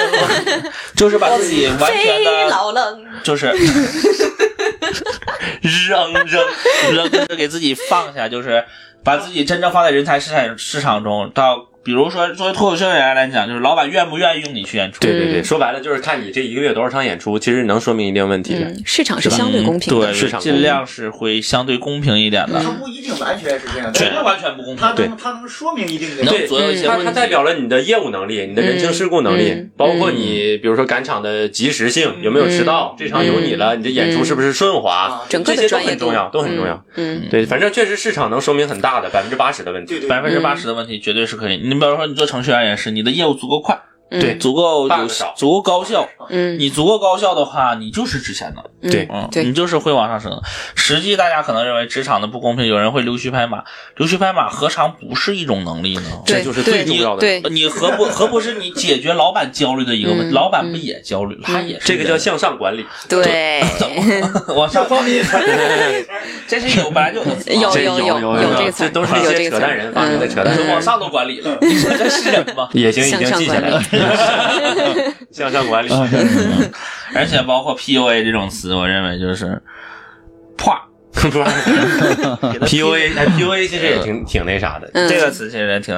Speaker 2: 就是把自己完全
Speaker 3: 飞
Speaker 2: 的
Speaker 3: 老冷，
Speaker 2: 就是 扔扔扔，就是给自己放下，就是把自己真正放在人才市场市场中。到比如说作为脱口秀演员来讲，就是老板愿不愿意用你去演出？
Speaker 1: 对对对，
Speaker 3: 嗯
Speaker 1: 说白了就是看你这一个月多少场演出，其实能说明一定问题的。
Speaker 3: 嗯，市场是
Speaker 1: 是吧
Speaker 3: 相对公平的，
Speaker 2: 对，
Speaker 1: 市场公平
Speaker 2: 尽量是会相对公平一点的。
Speaker 5: 他不一定完全是这样，
Speaker 2: 嗯绝对
Speaker 5: 但
Speaker 2: 完全不公
Speaker 5: 他
Speaker 2: 平，
Speaker 5: 能他能说明一定的
Speaker 2: 能
Speaker 1: 对
Speaker 2: 左右一些
Speaker 1: 它
Speaker 2: 问
Speaker 1: 它
Speaker 2: 题。
Speaker 1: 代表了你的业务能力、你的人情世故能力，
Speaker 3: 嗯嗯
Speaker 1: 包括你比如说赶场的及时性，有没有迟到，这场有你了，你的演出是不是顺滑，
Speaker 5: 嗯
Speaker 3: 啊整个
Speaker 1: 这
Speaker 3: 的
Speaker 1: 些都
Speaker 3: 专业
Speaker 1: 很
Speaker 3: 度
Speaker 1: 重要，都很重要。。
Speaker 3: 嗯，嗯
Speaker 1: 对，反正确实市场能说明很大的百分之八十的问题。
Speaker 5: 对对
Speaker 2: 百分之八十的问题绝对是可以。你比如说，你做程序员也是，你的业务足够快，
Speaker 3: 嗯
Speaker 1: 对
Speaker 2: 足够
Speaker 1: 办
Speaker 2: 有
Speaker 1: 得少
Speaker 2: 足够高效。
Speaker 3: 嗯，
Speaker 2: 你足够高效的话，你就是值钱的，
Speaker 3: 嗯
Speaker 1: 对
Speaker 2: 嗯，
Speaker 3: 对
Speaker 2: 你就是会往上升。实际大家可能认为职场的不公平，有人会溜须拍马，溜须拍马何尝不是一种能力呢？呃
Speaker 3: 对
Speaker 1: 这就是最重要的
Speaker 3: 对
Speaker 2: 你何不何不是你解决老板焦虑的一个问
Speaker 3: 嗯
Speaker 2: 题？老板不也焦虑，他也是
Speaker 1: 这个叫
Speaker 2: 人
Speaker 1: 向上管理，
Speaker 3: 对，
Speaker 2: 往上，
Speaker 5: 方面，
Speaker 2: 这是有本 来就有的词
Speaker 3: 有
Speaker 1: 这
Speaker 3: 哦有
Speaker 1: 有
Speaker 3: 有
Speaker 1: 有
Speaker 3: 这个词儿
Speaker 1: 这都是那
Speaker 3: 有这
Speaker 1: 些
Speaker 3: 个词
Speaker 1: 扯淡
Speaker 3: 儿
Speaker 1: 人发明的
Speaker 3: 嗯
Speaker 1: 扯淡。
Speaker 2: 往上都管理了，你说这是人吗？
Speaker 1: 也行，已
Speaker 3: 向
Speaker 1: 经
Speaker 3: 上
Speaker 1: 记下来了。向上管理，
Speaker 2: 而且包括 PUA 这种词，我认为就是，啪，
Speaker 1: PUA，哎，PUA 其实也挺挺那啥的。
Speaker 3: 嗯
Speaker 2: 这个词其实也挺，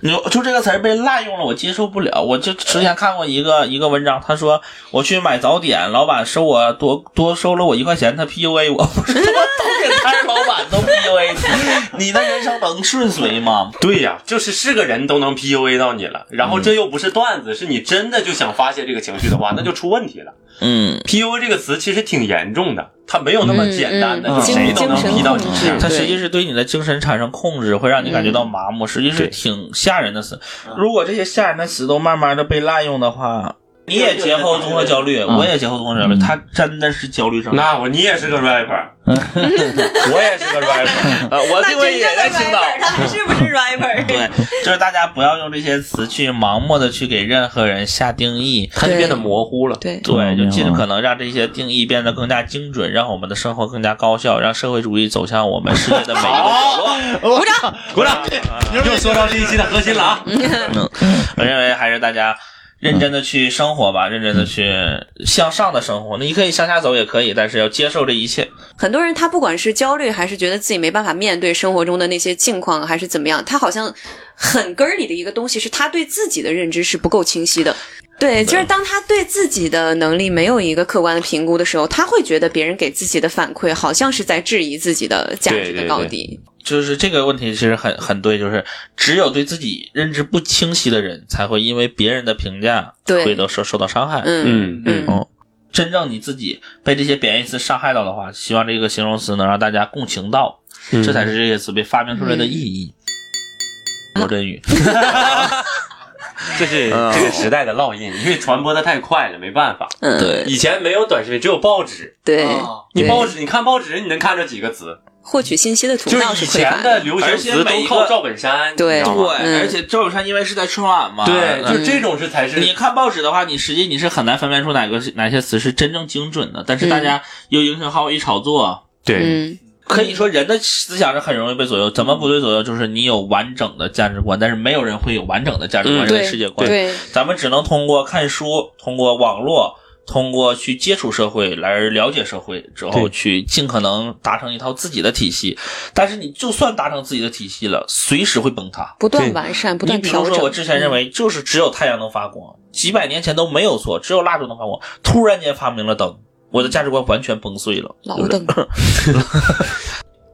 Speaker 2: 你说就这个词儿被滥用了，我接受不了。我就之前看过一个一个文章，他说我去买早点，老板收我多多收了我一块钱，他 PUA 我，我说我早点摊儿老板都 PUA 你，你的人生能顺遂吗？
Speaker 1: 对呀，就是是个人都能 PUA 到你了，然后
Speaker 3: 嗯
Speaker 1: 这又不是段子，是你真的就想发泄这个情绪的话，那就出问题了。
Speaker 2: 嗯，
Speaker 1: PUA 这个词其实挺严重的，它没有那么简单的，
Speaker 3: 嗯
Speaker 5: 嗯
Speaker 1: 就谁都能
Speaker 5: 精神
Speaker 1: P 到你
Speaker 3: 控制
Speaker 1: 身上。
Speaker 2: 它
Speaker 3: 对
Speaker 2: 实际是对你的精神产生控制，会让你感觉到麻木，实际是
Speaker 1: 对
Speaker 2: 挺吓人的词。如果这些吓人的词都慢慢的被滥用的话，你也节后综合焦虑，我也节后综合焦虑，他真的是焦虑症。
Speaker 1: 那我你也是个 rapper，我也是个 rapper，
Speaker 2: 呃， 我定位也在青岛。
Speaker 3: 他们是不是 rapper？
Speaker 2: 对，就是大家不要用这些词去盲目的去给任何人下定义，
Speaker 1: 它就变得模糊了。
Speaker 3: 对，
Speaker 2: 对，
Speaker 5: 嗯
Speaker 2: 就尽
Speaker 5: 明白
Speaker 2: 可能让这些定义变得更加精准，让我们的生活更加高效，让社会主义走向我们世界的每一个角落。啊
Speaker 5: 鼓掌。
Speaker 1: 哦 鼓掌，又说到这一期的核心 了啊！
Speaker 2: 嗯我认为还是大家认真的去生活吧，认真的去向上的生活。你可以向下走也可以，但是要接受这一切。
Speaker 3: 很多人他不管是焦虑，还是觉得自己没办法面对生活中的那些境况，还是怎么样，他好像很根儿里的一个东西是他对自己的认知是不够清晰的。对，就是当他对自己的能力没有一个客观的评估的时候，他会觉得别人给自己的反馈好像是在质疑自己的价值的高低。
Speaker 2: 就是这个问题，其实很很对，就是只有对自己认知不清晰的人，才会因为别人的评价
Speaker 3: 对
Speaker 2: 会都受受到伤害。
Speaker 3: 嗯
Speaker 1: 嗯
Speaker 3: 嗯
Speaker 2: 嗯真正你自己被这些贬义词伤害到的话，希望这个形容词能让大家共情到，
Speaker 1: 嗯
Speaker 2: 这才是这些词被发明出来的意义。罗振宇，
Speaker 1: 这是这个时代的烙印，因为传播的太快了，没办法。
Speaker 3: 嗯，
Speaker 2: 对
Speaker 1: 以前没有短视频，只有报纸。
Speaker 3: 对
Speaker 5: 啊，
Speaker 1: 你
Speaker 3: 对
Speaker 1: 报纸，你看报纸，你能看着几个词？
Speaker 3: 获取信息的途
Speaker 1: 就
Speaker 3: 道
Speaker 1: 是
Speaker 3: 是
Speaker 1: 以
Speaker 3: 匮乏
Speaker 1: 前的流行词都靠赵本山，
Speaker 3: 对
Speaker 1: 你知道吗
Speaker 2: 对，而且赵本山因为是在春晚嘛，
Speaker 1: 对，
Speaker 2: 嗯
Speaker 1: 就这种是才是
Speaker 2: 你看报纸的话，你实际你是很难分辨出哪个是哪些词是真正精准的，但是大家又影响好一炒作。
Speaker 1: 对
Speaker 3: 嗯
Speaker 2: 可以说，人的思想是很容易被左右，怎么不对左右？就是你有完整的价值观，但是没有人会有完整的价值观、
Speaker 1: 嗯
Speaker 2: 人的
Speaker 3: 对
Speaker 2: 世界观。
Speaker 3: 对
Speaker 2: 咱们只能通过看书，通过网络，通过去接触社会来了解社会之后，
Speaker 1: 对
Speaker 2: 去尽可能达成一套自己的体系。但是你就算达成自己的体系了，随时会崩塌。
Speaker 3: 不断
Speaker 1: 对
Speaker 3: 完善，不
Speaker 2: 你
Speaker 3: 断
Speaker 2: 比如
Speaker 3: 调
Speaker 2: 说，
Speaker 3: 整。嗯
Speaker 2: 我之前认为就是只有太阳能发光，几百年前都没有错，只有蜡烛能发光。突然间发明了灯，我的价值观完全崩碎了。
Speaker 3: 老
Speaker 2: 对不对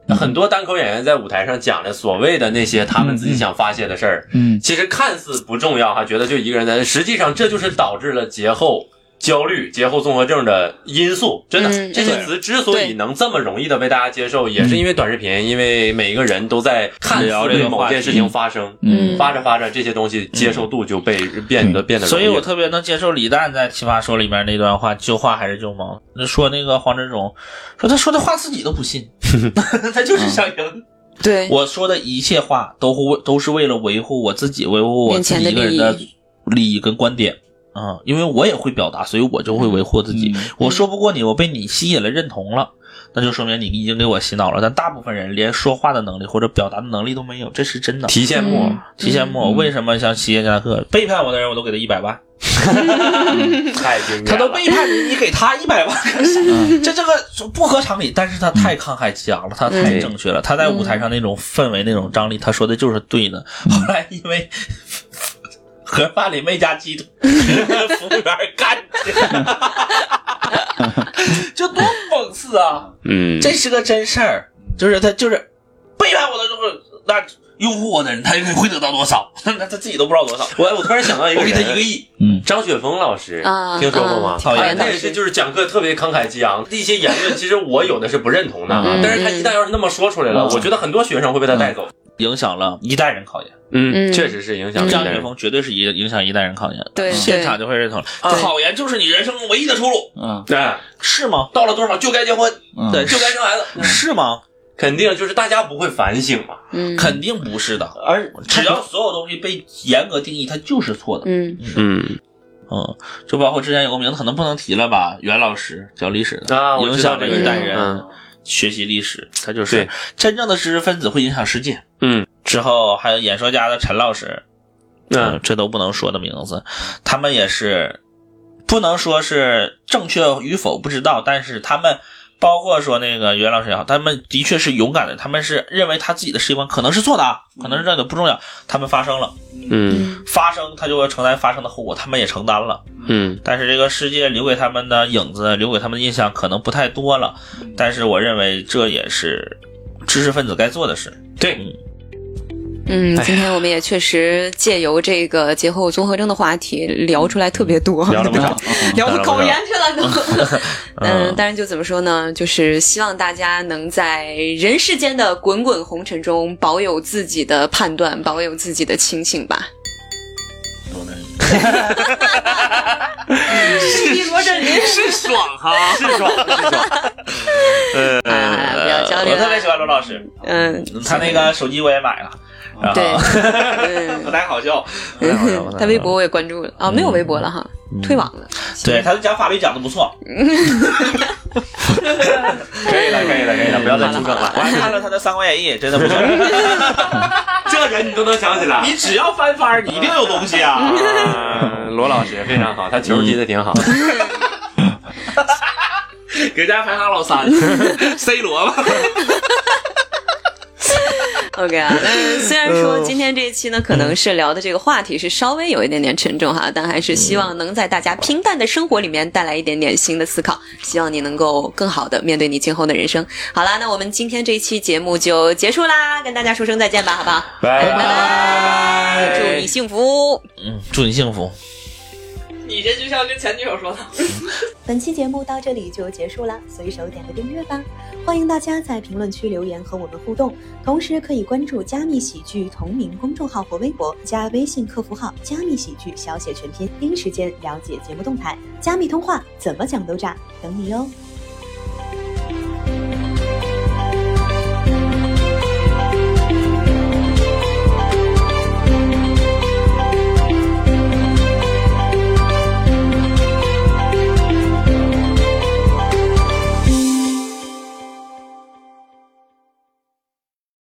Speaker 3: 邓，
Speaker 1: 很多单口演员在舞台上讲的所谓的那些他们自己想发泄的事儿，
Speaker 5: 嗯，
Speaker 1: 其实看似不重要哈，觉得就一个人在，实际上这就是导致了节后。焦虑、节后综合症的因素，真的，
Speaker 3: 嗯
Speaker 1: 这些词之所以能这么容易的被大家接受，也
Speaker 2: 嗯
Speaker 1: 是因为短视频，因为每一个人都在看似
Speaker 2: 聊这个
Speaker 1: 为某
Speaker 2: 话
Speaker 1: 件
Speaker 2: 题
Speaker 1: 事情发生，
Speaker 3: 嗯
Speaker 1: 发着发着，这些东西接受度就被变得变得容
Speaker 2: 嗯所
Speaker 1: 易了，
Speaker 2: 以我特别能接受李诞在《奇葩说》里面那段话，旧话还是旧毛。那说那个黄志忠，说他说的话自己都不 信，他就是想赢。
Speaker 3: 对，
Speaker 2: 嗯我说的一切话都会都是为了维护我自己，维护我
Speaker 3: 面
Speaker 2: 自
Speaker 3: 前
Speaker 2: 己
Speaker 3: 的
Speaker 2: 一个人
Speaker 3: 利益
Speaker 2: 的利益跟观点。嗯啊、因为我也会表达，所以我就会维护自己。
Speaker 5: 嗯
Speaker 2: 我说不过你，我被你吸引了认同了，那就说明你已经给我洗脑了。但大部分人连说话的能力或者表达的能力都没有，这是真的。
Speaker 1: 提线木偶
Speaker 3: 嗯
Speaker 2: 提线木偶为什么像企业家克背叛我的人，我都给他一百万，嗯
Speaker 1: 太经典了，
Speaker 2: 他都背叛你，你给 他一百万干啥？这这个不合常理。但是他太慷慨激昂了，他太正确了，他在舞台上那种氛围、那种张力，他说的就是对 的。后来因为 盒饭里没加鸡腿， 服务员干的，这多讽刺啊！
Speaker 1: 嗯，
Speaker 2: 这是个真事儿，就是他就是背叛我的时候，那拥护我的人，他会得到多少？ 那他自己都不知道多少。
Speaker 1: 我我突然想到一个
Speaker 2: 我给他
Speaker 1: 人
Speaker 2: 一个亿，
Speaker 1: 张雪峰老师
Speaker 3: 啊，
Speaker 1: 听说过吗哎
Speaker 3: 啊？
Speaker 2: 讨
Speaker 3: 讨
Speaker 2: 厌
Speaker 3: 厌
Speaker 1: 那
Speaker 3: 的
Speaker 1: 也是就是讲课特别慷慨激昂，一些言 论其实我有的是不认同的，啊
Speaker 5: 嗯
Speaker 1: 但是他一旦要是那么说出来了，
Speaker 2: 嗯
Speaker 1: 我觉得很多学生会被他带走。
Speaker 2: 影响了一代人考研。
Speaker 1: 嗯
Speaker 3: 嗯嗯
Speaker 1: 确实是影响
Speaker 2: 张
Speaker 1: 了
Speaker 2: 雪
Speaker 1: 人。
Speaker 2: 峰绝对是影影响一代人考研，
Speaker 3: 对
Speaker 2: 现场就会认同了。
Speaker 3: 对
Speaker 2: 考研就是你人生中唯一的出路，
Speaker 5: 嗯
Speaker 1: 哎，
Speaker 2: 是吗？
Speaker 1: 到了多少就该结婚，
Speaker 5: 嗯，
Speaker 2: 对，
Speaker 1: 就该生孩子，
Speaker 2: 是吗？
Speaker 1: 肯定就是大家不会反省嘛。
Speaker 3: 嗯，
Speaker 2: 肯定不是的，
Speaker 5: 而
Speaker 1: 嗯
Speaker 2: 只要所有东西被严格定义，它就是错的。
Speaker 3: 嗯
Speaker 1: 嗯，
Speaker 2: 嗯，就包括之前有个名字可能不能提了吧，袁老师教历史的，
Speaker 1: 啊我
Speaker 2: 影
Speaker 1: 知道
Speaker 2: 响了
Speaker 1: 这个
Speaker 2: 一代
Speaker 3: 人
Speaker 2: 人、
Speaker 1: 嗯
Speaker 2: 学习历史，他就是
Speaker 1: 对
Speaker 2: 真正的知识分子会影响世界。
Speaker 1: 嗯，
Speaker 2: 之后还有演说家的陈老师，呃
Speaker 1: 那
Speaker 2: 这都不能说的名字，他们也是不能说是正确与否不知道，但是他们包括说那个袁老师也好，他们的确是勇敢的，他们是认为他自己的世界观可能是错的啊，可能是对的不重要，他们发生了，
Speaker 1: 嗯
Speaker 2: 发生他就要承担发生的后果，他们也承担了，
Speaker 1: 嗯
Speaker 2: 但是这个世界留给他们的影子，留给他们的印象可能不太多了，但是我认为这也是知识分子该做的事，
Speaker 1: 对，
Speaker 3: 嗯，今天我们也确实借由这个节后综合征的话题聊出来特别多，
Speaker 2: 聊了不少， 嗯
Speaker 3: 聊
Speaker 2: 聊了
Speaker 3: 到
Speaker 2: 不
Speaker 3: 考
Speaker 2: 少
Speaker 3: 研去了 都。
Speaker 2: 嗯
Speaker 3: 嗯，当然就怎么说呢，就是希望大家能在人世间的滚滚红尘中保有自己的判断，保有自己的清 醒吧。一罗振林，
Speaker 2: 是爽 哈，是爽，是爽。
Speaker 3: 哎，不要交
Speaker 2: 呃
Speaker 3: 流
Speaker 2: 我特别
Speaker 3: 了。
Speaker 2: 喜欢罗老师，
Speaker 3: 嗯，
Speaker 2: 他那个手机我也买了，然
Speaker 3: 对
Speaker 2: 后不
Speaker 3: 嗯
Speaker 2: 太啊好笑。
Speaker 3: 嗯，他微博我也关注了
Speaker 2: 嗯
Speaker 3: 啊，没有微博了哈，退网了。
Speaker 2: 对，他讲法律讲的不错，
Speaker 1: 可以了，可以了，可以了，不要再出
Speaker 2: 我
Speaker 1: 梗了。
Speaker 2: 还看了他的《三国演义》，真的不错。
Speaker 1: 这人你都能想起来。
Speaker 2: 你只要翻番儿，你一定有东西啊。
Speaker 1: 啊罗老师非常好，他球踢的挺好。
Speaker 2: 搁家排行老 三，C 罗吧。
Speaker 3: OK 啊，那虽然
Speaker 2: 呃
Speaker 3: 说今天这一期呢，可能是聊的这个话题是稍微有一点点沉重
Speaker 2: 嗯
Speaker 3: 哈，但还是希望能在大家平淡的生活里面带来一点点新的思考，希望你能够更好的面对你今后的人生。好啦，那我们今天这一期节目就结束啦，跟大家说声再见吧，好不好？
Speaker 1: 拜
Speaker 3: 拜
Speaker 2: 哎
Speaker 3: 拜，祝你幸福。
Speaker 2: 嗯，祝你幸福。
Speaker 3: 你这就像跟前女友说的。本期节目到这里就结束了，随手点个订阅吧。欢迎大家在评论区留言和我们互动，同时可以关注加密喜剧同名公众号或微博，加微信客服号“加密喜剧”小写全拼，第一时间了解节目动态。加密通话怎么讲都炸，等你哟、哦。